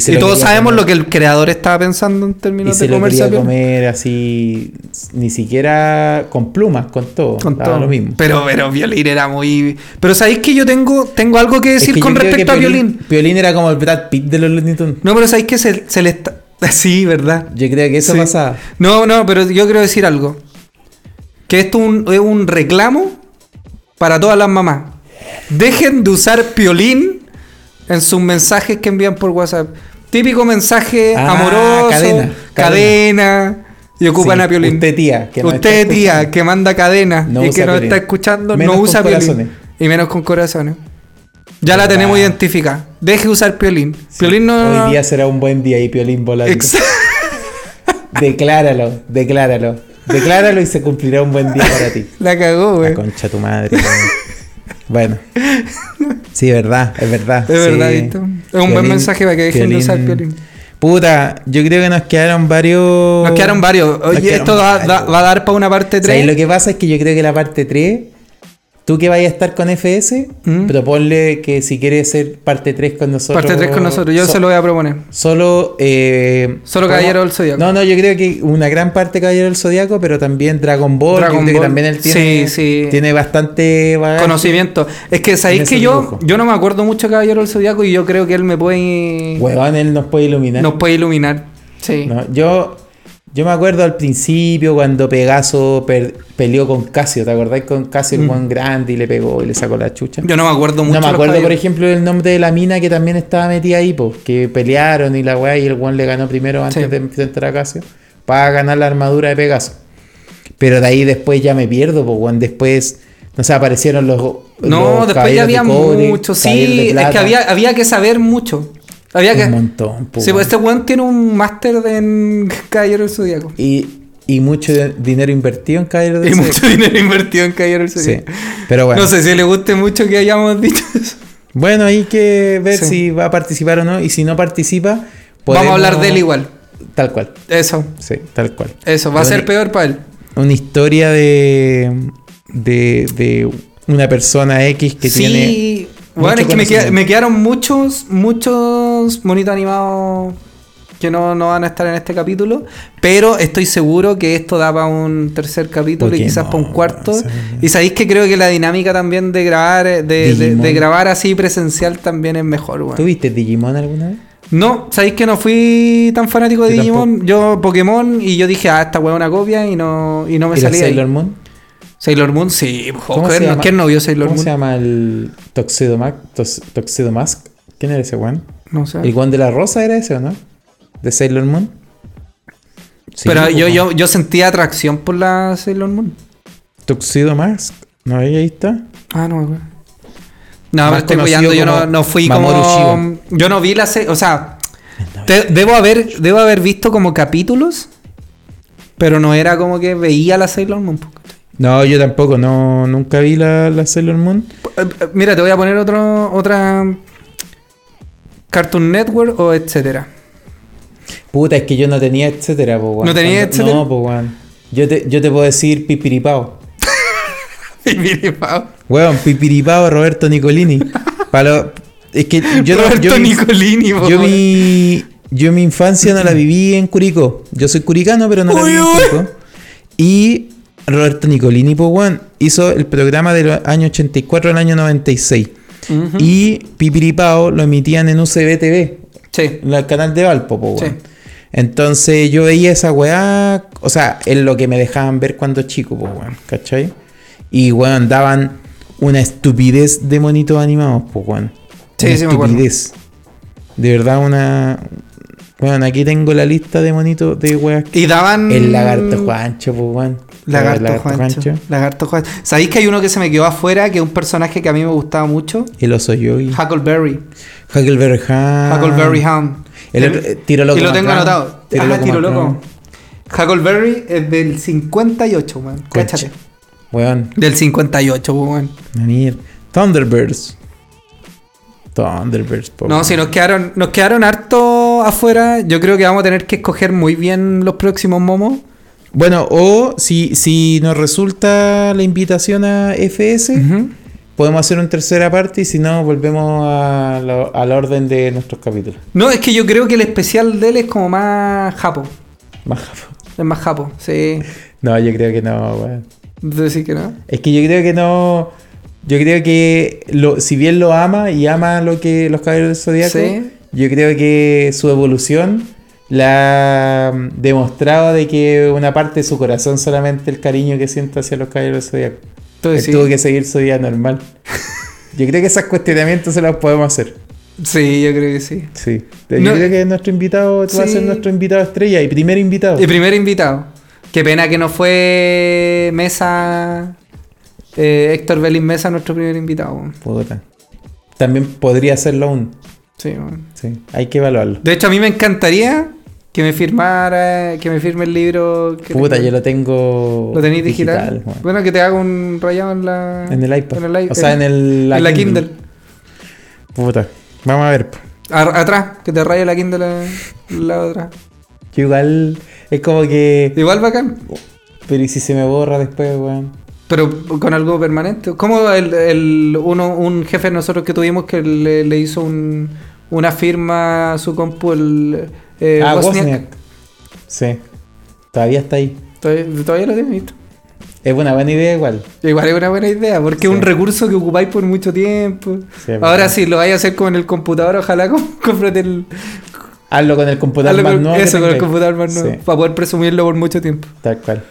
S2: se
S3: Y
S2: lo
S3: todos
S2: quería
S3: sabemos
S2: comer.
S3: lo que el creador estaba pensando en
S2: Y
S3: términos
S2: se
S3: de
S2: lo
S3: comerse
S2: quería
S3: a Piolín.
S2: comer así, ni siquiera con plumas, con todo.
S3: Con
S2: daba
S3: todo.
S2: lo mismo.
S3: Pero, pero Violín era muy. Pero sabéis que yo tengo, tengo algo que
S2: Es
S3: decir
S2: que yo
S3: con
S2: creo que
S3: respecto a Violín.
S2: Piolín era como el Brad Pitt de los Looney Tunes.
S3: No, pero sabéis que se, se le está. [laughs] Sí, verdad.
S2: Yo creo que eso
S3: Sí.
S2: pasaba.
S3: No, no, pero yo quiero decir algo. Que esto un- es un reclamo para todas las mamás. Dejen de usar piolín en sus mensajes que envían por WhatsApp. Típico mensaje
S2: Ah,
S3: amoroso,
S2: cadena,
S3: cadena, y ocupan
S2: Sí,
S3: a piolín.
S2: Usted, tía. que nos
S3: Usted,
S2: está
S3: tía,
S2: escuchando.
S3: que manda cadena
S2: No
S3: y
S2: usa
S3: que no
S2: Piolín.
S3: está escuchando,
S2: Menos
S3: no
S2: con
S3: usa piolín.
S2: corazones.
S3: Y menos con corazones. Ya la
S2: Verdad.
S3: tenemos identificada. Deje de usar piolín.
S2: Sí.
S3: Piolín no.
S2: Hoy
S3: [laughs]
S2: día será un buen día y Piolín volando. [laughs]
S3: Exacto.
S2: Decláralo, decláralo. Decláralo y se cumplirá un buen día para
S3: [laughs]
S2: ti.
S3: La cagó,
S2: La
S3: güey.
S2: concha tu madre.
S3: [laughs]
S2: weón. bueno. Sí, es verdad, es verdad.
S3: Es verdad,
S2: sí.
S3: ¿viste? Es un
S2: Piolín-
S3: buen mensaje para que dejen de usar piolín.
S2: Puta, yo creo que nos quedaron varios.
S3: Nos quedaron varios.
S2: Nos
S3: Oye,
S2: quedaron
S3: esto da-
S2: varios.
S3: da- va a dar para una parte
S2: ¿Sabes?
S3: 3.
S2: Lo que pasa es que yo creo que la parte 3, tú que vayas a estar con FS,
S3: Mm.
S2: proponle que si quieres ser parte 3 con nosotros.
S3: Parte 3 con nosotros. Yo
S2: so-
S3: se lo voy a proponer.
S2: Solo. eh,
S3: Solo
S2: ¿cómo?
S3: Caballero del Zodiaco.
S2: No, no, yo creo que una gran parte Caballero del Zodiaco, pero también Dragon Ball. yo
S3: Dragon
S2: creo que
S3: Ball.
S2: también él tiene,
S3: Sí, sí.
S2: tiene bastante bagaje.
S3: Conocimiento. Es que
S2: En
S3: sabéis
S2: ese
S3: que yo,
S2: dibujo.
S3: yo no me acuerdo mucho de Caballero del Zodiaco y yo creo que él me puede.
S2: Huevón, él nos puede iluminar.
S3: Nos puede iluminar. Sí.
S2: No, yo, yo me acuerdo al principio cuando Pegaso per- peleó con Casio, ¿te acordáis? Con Casio, el
S3: Mm.
S2: Juan Grande, y le pegó y le sacó la chucha.
S3: Yo no me acuerdo mucho.
S2: No me
S3: de los
S2: acuerdo, por
S3: caballeros.
S2: ejemplo, el nombre de la mina que también estaba metida ahí, pues, que pelearon y la weá, y el Juan le ganó primero antes
S3: Sí.
S2: de enfrentar a Casio, para ganar la armadura de Pegaso. Pero de ahí después ya me pierdo, pues, Juan. Después, no sé, aparecieron los.
S3: No,
S2: los
S3: después ya
S2: caballeros de
S3: había
S2: cobre,
S3: mucho.
S2: caballeros de
S3: Sí, es que
S2: plata,
S3: había, había que saber mucho. Había que.
S2: Un montón, po,
S3: Sí,
S2: weón.
S3: pues este weón tiene un máster de- en Caballero del Zodiaco.
S2: y, y mucho de- dinero invertido en caballeros de
S3: Y
S2: Zodiaco.
S3: mucho dinero invertido en Caballero del
S2: Sí.
S3: Zodiaco.
S2: Pero bueno.
S3: No sé si le guste mucho que hayamos dicho eso.
S2: Bueno, hay que ver
S3: Sí.
S2: si va a participar o no. Y si no participa,
S3: Vamos
S2: podemos-
S3: a hablar de él igual.
S2: Tal cual,
S3: Eso,
S2: sí, tal cual.
S3: eso. Va a
S2: Pero
S3: ser
S2: ni-
S3: peor para él.
S2: Una historia de, de, de una persona X que tiene...
S3: sí. Bueno,
S2: mucho
S3: es que me, queda-
S2: conocimiento.
S3: me quedaron muchos, muchos monitos animados que no, no van a estar en este capítulo. Pero estoy seguro que esto da para un tercer capítulo y
S2: Pokémon,
S3: quizás para un cuarto.
S2: sí.
S3: Y sabéis que creo que la dinámica también de grabar, eh, de, de-
S2: Digimon.
S3: de grabar así presencial también es mejor, weón.
S2: ¿Tuviste Digimon alguna vez?
S3: No, sabéis que no fui tan fanático de
S2: Yo
S3: Digimon. Yo Pokémon y yo dije, ah, esta weá es una copia y no, y no me
S2: ¿Y la
S3: salía. ahí.
S2: Sailor Moon?
S3: Sailor Moon, sí. jo,
S2: ¿Cómo se
S3: ¿quién no-
S2: llama?
S3: ¿Quién no vio Sailor
S2: ¿Cómo
S3: Moon?
S2: se llama el Tuxedo, Ma- Tus- Tuxedo Mask? ¿Quién era ese one?
S3: No sé.
S2: ¿El one de la rosa era ese o no? ¿De Sailor Moon? Sí,
S3: Pero
S2: pues,
S3: yo, yo, yo sentía atracción por la Sailor Moon.
S2: Tuxedo Mask. ¿No veis? Ahí está.
S3: Ah, no, güey. No,
S2: Más
S3: me estoy
S2: conocido
S3: apoyando, yo no,
S2: como
S3: no fui
S2: Mamoru
S3: como... Yo no vi la serie, o sea, te- debo, haber, debo haber visto como capítulos, pero no era como que veía la Sailor Moon. po.
S2: No, yo tampoco. No, nunca vi la, la Sailor Moon.
S3: Eh, eh, Mira, te voy a poner otro, otra... Cartoon Network
S2: [laughs]
S3: o etcétera.
S2: Puta, es que yo no tenía etcétera, po, weón.
S3: ¿No tenía
S2: Cuando-
S3: etcétera?
S2: No, po, weón. Yo te, yo te puedo decir pipiripao. Weón, pipiripao Roberto Nicolini. Pa' lo- es que yo, no-
S3: Roberto
S2: yo, mi-
S3: Nicolini, po,
S2: yo
S3: güey.
S2: mi, yo mi infancia no la viví en Curicó. Yo soy curicano, pero no la
S3: Uy,
S2: viví en
S3: uy.
S2: Curicó. Y Roberto Nicolini, po, weón, hizo el programa de los años 84 al año 96.
S3: Ujú.
S2: Y Pipiripao lo emitían en UCB TV,
S3: Sí.
S2: en el canal de Valpo, po,
S3: Sí.
S2: weón. Entonces yo veía esa weá, o sea, es lo que me dejaban ver cuando chico, po, weón, ¿cachai? Y weón, daban una estupidez de monitos animados, po, weón.
S3: Sí,
S2: Una
S3: sí, me acuerdo.
S2: estupidez. De verdad, una. Bueno, aquí tengo la lista de monitos de weas. que-
S3: Y daban...
S2: El lagarto Juancho, po, weón.
S3: Mm. Lagarto,
S2: El
S3: Juancho. Lagarto Juancho. ¿Sabéis que hay uno que se me quedó afuera, que es un personaje que a mí me gustaba mucho?
S2: El oso yogi.
S3: Huckleberry.
S2: Huckleberry Hound.
S3: Huckleberry Hound.
S2: Ah. El otro- eh, Tiro Loco
S3: Y lo
S2: Más
S3: tengo
S2: Raro.
S3: anotado.
S2: Tiro
S3: ah,
S2: Loco
S3: tiro
S2: Más
S3: loco.
S2: Raro.
S3: Huckleberry es del 58, weón.
S2: Concha.
S3: Cáchate.
S2: Weón,
S3: Del 58, weón.
S2: una mierda. Thunderbirds. Thunderbirds, po.
S3: No, si nos quedaron, nos quedaron harto afuera. Yo creo que vamos a tener que escoger muy bien los próximos momos.
S2: Bueno, o si, si nos resulta la invitación a FS,
S3: Ujú.
S2: podemos hacer una tercera parte y si no, volvemos a la, a la orden de nuestros capítulos.
S3: No, es que yo creo que el especial de él es como más japo.
S2: Más [laughs] japo.
S3: Es más japo, sí.
S2: No, yo creo que no, weón.
S3: Decir que no.
S2: Es que yo creo que no. Yo creo que lo, si bien lo ama y ama lo que los caballeros del zodiaco,
S3: Sí.
S2: yo creo que su evolución la ha demostrado de que una parte de su corazón solamente el cariño que siente hacia los caballeros del zodiaco. Él
S3: Entonces, sí.
S2: tuvo que seguir su vida
S3: [laughs]
S2: normal. yo creo que esos cuestionamientos se los podemos hacer.
S3: sí, yo creo que sí.
S2: Sí. Yo
S3: No.
S2: creo que nuestro invitado tú vas a ser
S3: Sí.
S2: nuestro invitado estrella y primer invitado.
S3: Y primer invitado. Qué pena que no fue Mesa. eh, Héctor Belín Mesa, nuestro primer invitado. weón.
S2: Puta. También podría hacerlo aún.
S3: Sí, weón.
S2: Sí. Hay que evaluarlo.
S3: De hecho, a mí me encantaría que me firmara, que me firme el libro. que
S2: Puta,
S3: tengo.
S2: yo lo tengo.
S3: ¿Lo tenéis digital?
S2: weón.
S3: bueno, que te haga un rayado en la.
S2: En el iPad.
S3: en el i-
S2: o sea, en, el,
S3: en la Kindle.
S2: Puta. Vamos a ver. po.
S3: A- atrás, que te raye la Kindle eh, la, la otra.
S2: Yo igual. Es como que.
S3: Igual bacán,
S2: Pero ¿y si se me borra después, weón?
S3: pero con algo permanente. Como el, el- uno, un jefe de nosotros que tuvimos que le, le hizo un, una firma a su compu, el. eh,
S2: ah,
S3: Wozniak.
S2: Wozniak. Sí. Todavía está ahí.
S3: Todavía, todavía lo tengo visto.
S2: Es una buena idea, igual.
S3: Igual es una buena idea, porque es
S2: Sí.
S3: un recurso que ocupáis por mucho tiempo.
S2: Sí, es
S3: Ahora,
S2: verdad.
S3: si lo vais a hacer con el computador, ojalá [laughs] com- cómprate el,
S2: Hazlo con el computador
S3: Hazlo
S2: más
S3: con-
S2: nuevo. que
S3: eso, con el
S2: tengáis.
S3: computador más nuevo.
S2: Sí,
S3: Para poder presumirlo por mucho tiempo.
S2: tal cual.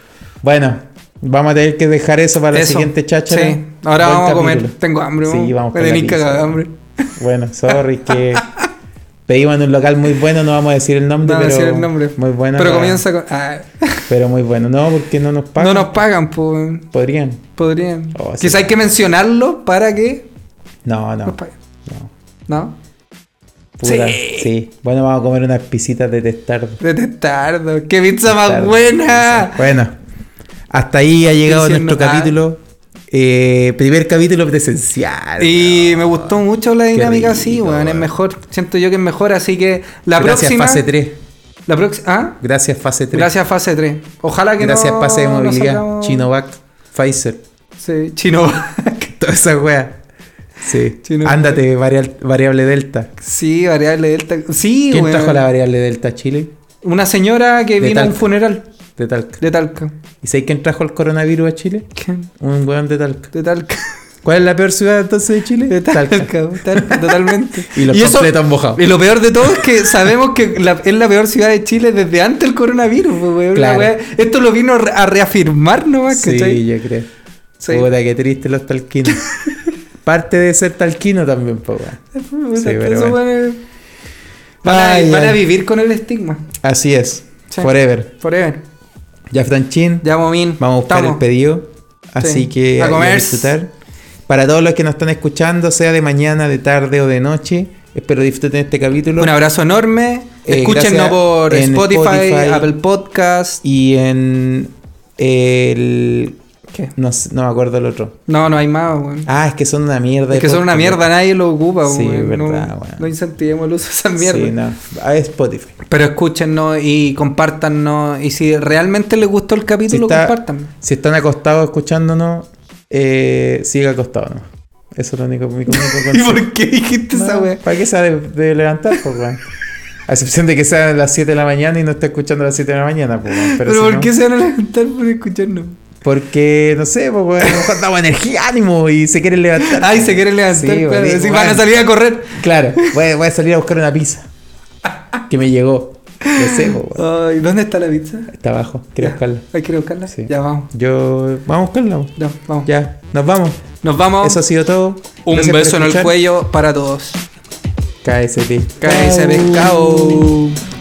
S2: Bueno, vamos a tener que dejar eso para
S3: Eso.
S2: la siguiente chacha.
S3: Sí. Ahora vamos a comer. Tengo hambre.
S2: Sí, vamos
S3: Me
S2: por la
S3: tenéis
S2: pizza.
S3: cagada de hambre.
S2: Bueno, sorry que pedimos en un local muy bueno, no vamos a decir el nombre,
S3: No voy a
S2: pero
S3: decir el nombre.
S2: muy bueno.
S3: Pero
S2: la-
S3: comienza con. ah,
S2: Pero muy bueno, no, porque no nos
S3: no
S2: pagan.
S3: nos pagan, pues.
S2: podrían.
S3: Podrían.
S2: Oh, sí.
S3: Quizás hay que mencionarlo para que
S2: No, no.
S3: nos
S2: No.
S3: paguen. ¿No?
S2: Puta,
S3: Sí.
S2: sí. Bueno, vamos a comer unas pisitas de testardo.
S3: Detestardo. ¡Qué pizza más
S2: Testardo.
S3: buena!
S2: Bueno, hasta ahí ha llegado
S3: Diciendo-
S2: nuestro
S3: ah.
S2: capítulo. Eh, primer capítulo presencial.
S3: Y me gustó mucho la dinámica así,
S2: rico,
S3: weón. Es
S2: weón.
S3: mejor. Siento yo que es mejor. Así que la
S2: Gracias
S3: próxima.
S2: fase 3.
S3: La próxima. ¿Ah?
S2: Gracias fase 3.
S3: Gracias, fase 3. Ojalá que
S2: Gracias
S3: no.
S2: pase de
S3: no
S2: movilidad.
S3: salgamos-
S2: Chinovac, Pfizer.
S3: Sí, chino.
S2: [laughs] Toda esa wea. Sí.
S3: Chinovac.
S2: Ándate, varial- variable delta.
S3: sí, variable delta. Sí,
S2: ¿Quién
S3: weón.
S2: trajo la variable delta a Chile?
S3: Una señora que
S2: De
S3: vino a un
S2: Talca.
S3: funeral
S2: De Talca.
S3: de Talca.
S2: ¿Y sabéis quién trajo el coronavirus a Chile?
S3: ¿Quién?
S2: Un weón de Talca.
S3: De Talca.
S2: ¿Cuál es la peor ciudad entonces de
S3: [laughs]
S2: Chile?
S3: De Talca. Talca, totalmente.
S2: [laughs] Y los
S3: eso-
S2: completos mojados.
S3: y lo peor de todo es que sabemos que la- es la peor ciudad de Chile desde antes del coronavirus, pues, weón. La
S2: Claro.
S3: weá- Esto lo vino re- a reafirmar nomás,
S2: Sí,
S3: ¿cachai?
S2: yo creo.
S3: Sí.
S2: Puta, qué triste los talquinos.
S3: [laughs]
S2: Parte de ser talquino también, po, weón.
S3: Puta,
S2: Sí, pero
S3: esos
S2: bueno.
S3: weones Van, a-
S2: Ay,
S3: van a
S2: ay.
S3: vivir con el estigma.
S2: Así es.
S3: Sí.
S2: Forever.
S3: Forever.
S2: Jeff Danchin.
S3: Ya, Momín.
S2: Vamos a buscar
S3: Estamos.
S2: el pedido. Así
S3: Sí.
S2: que
S3: A
S2: ahí
S3: comer.
S2: disfrutar. Para todos los que nos están escuchando, sea de mañana, de tarde o de noche, espero disfruten este capítulo.
S3: Un abrazo enorme.
S2: Eh,
S3: Escúchenos
S2: gracias.
S3: por
S2: En
S3: Spotify,
S2: Spotify.
S3: Apple Podcast.
S2: Y en el...
S3: ¿Qué?
S2: No, sé- no me acuerdo el otro.
S3: No, no hay más, weón.
S2: Ah, es que son una mierda. de
S3: es que son una
S2: podcast.
S3: mierda, nadie lo ocupa,
S2: Sí,
S3: weón.
S2: es
S3: No-
S2: verdad,
S3: no,
S2: weón.
S3: incentivemos el uso de esas mierdas.
S2: Sí, no. Ah, es Spotify.
S3: Pero escúchenos y compártanos. Y si realmente les gustó el
S2: Si,
S3: capítulo,
S2: está-
S3: compártanlo.
S2: [laughs] si están acostados escuchándonos, eh, siga acostado. ¿no? Eso es lo único. mi
S3: [laughs]
S2: único consejo.
S3: qué [laughs] dijiste
S2: No, ¿Para qué se ha de, de levantar, pues, weón? A excepción de que sea a las 7 de la mañana y no esté escuchando a las 7 de la mañana, pues, weón.
S3: Pero,
S2: si
S3: ¿por
S2: no-
S3: qué se van a levantar por escucharnos?
S2: Porque, no sé, pues, weón, a lo mejor damos energía, ánimo y se quieren levantar.
S3: Ay, se quieren levantar,
S2: Sí,
S3: claro,
S2: weón,
S3: sí,
S2: weón.
S3: van a salir a correr.
S2: Claro, voy, voy a salir a buscar una pizza. Que me llegó. No sé, pues, weón.
S3: Ay, ¿dónde está la pizza?
S2: Está abajo, quiero
S3: Ya.
S2: buscarla.
S3: Hay que ir a buscarla.
S2: Sí.
S3: Ya vamos.
S2: Yo. Vamos a buscarla. pues.
S3: Ya, vamos.
S2: Ya, nos vamos.
S3: Nos vamos.
S2: Eso ha sido todo.
S3: Un
S2: Gracias por
S3: beso en el
S2: escuchar.
S3: cuello para todos.
S2: KST.
S3: Cae ese pescado.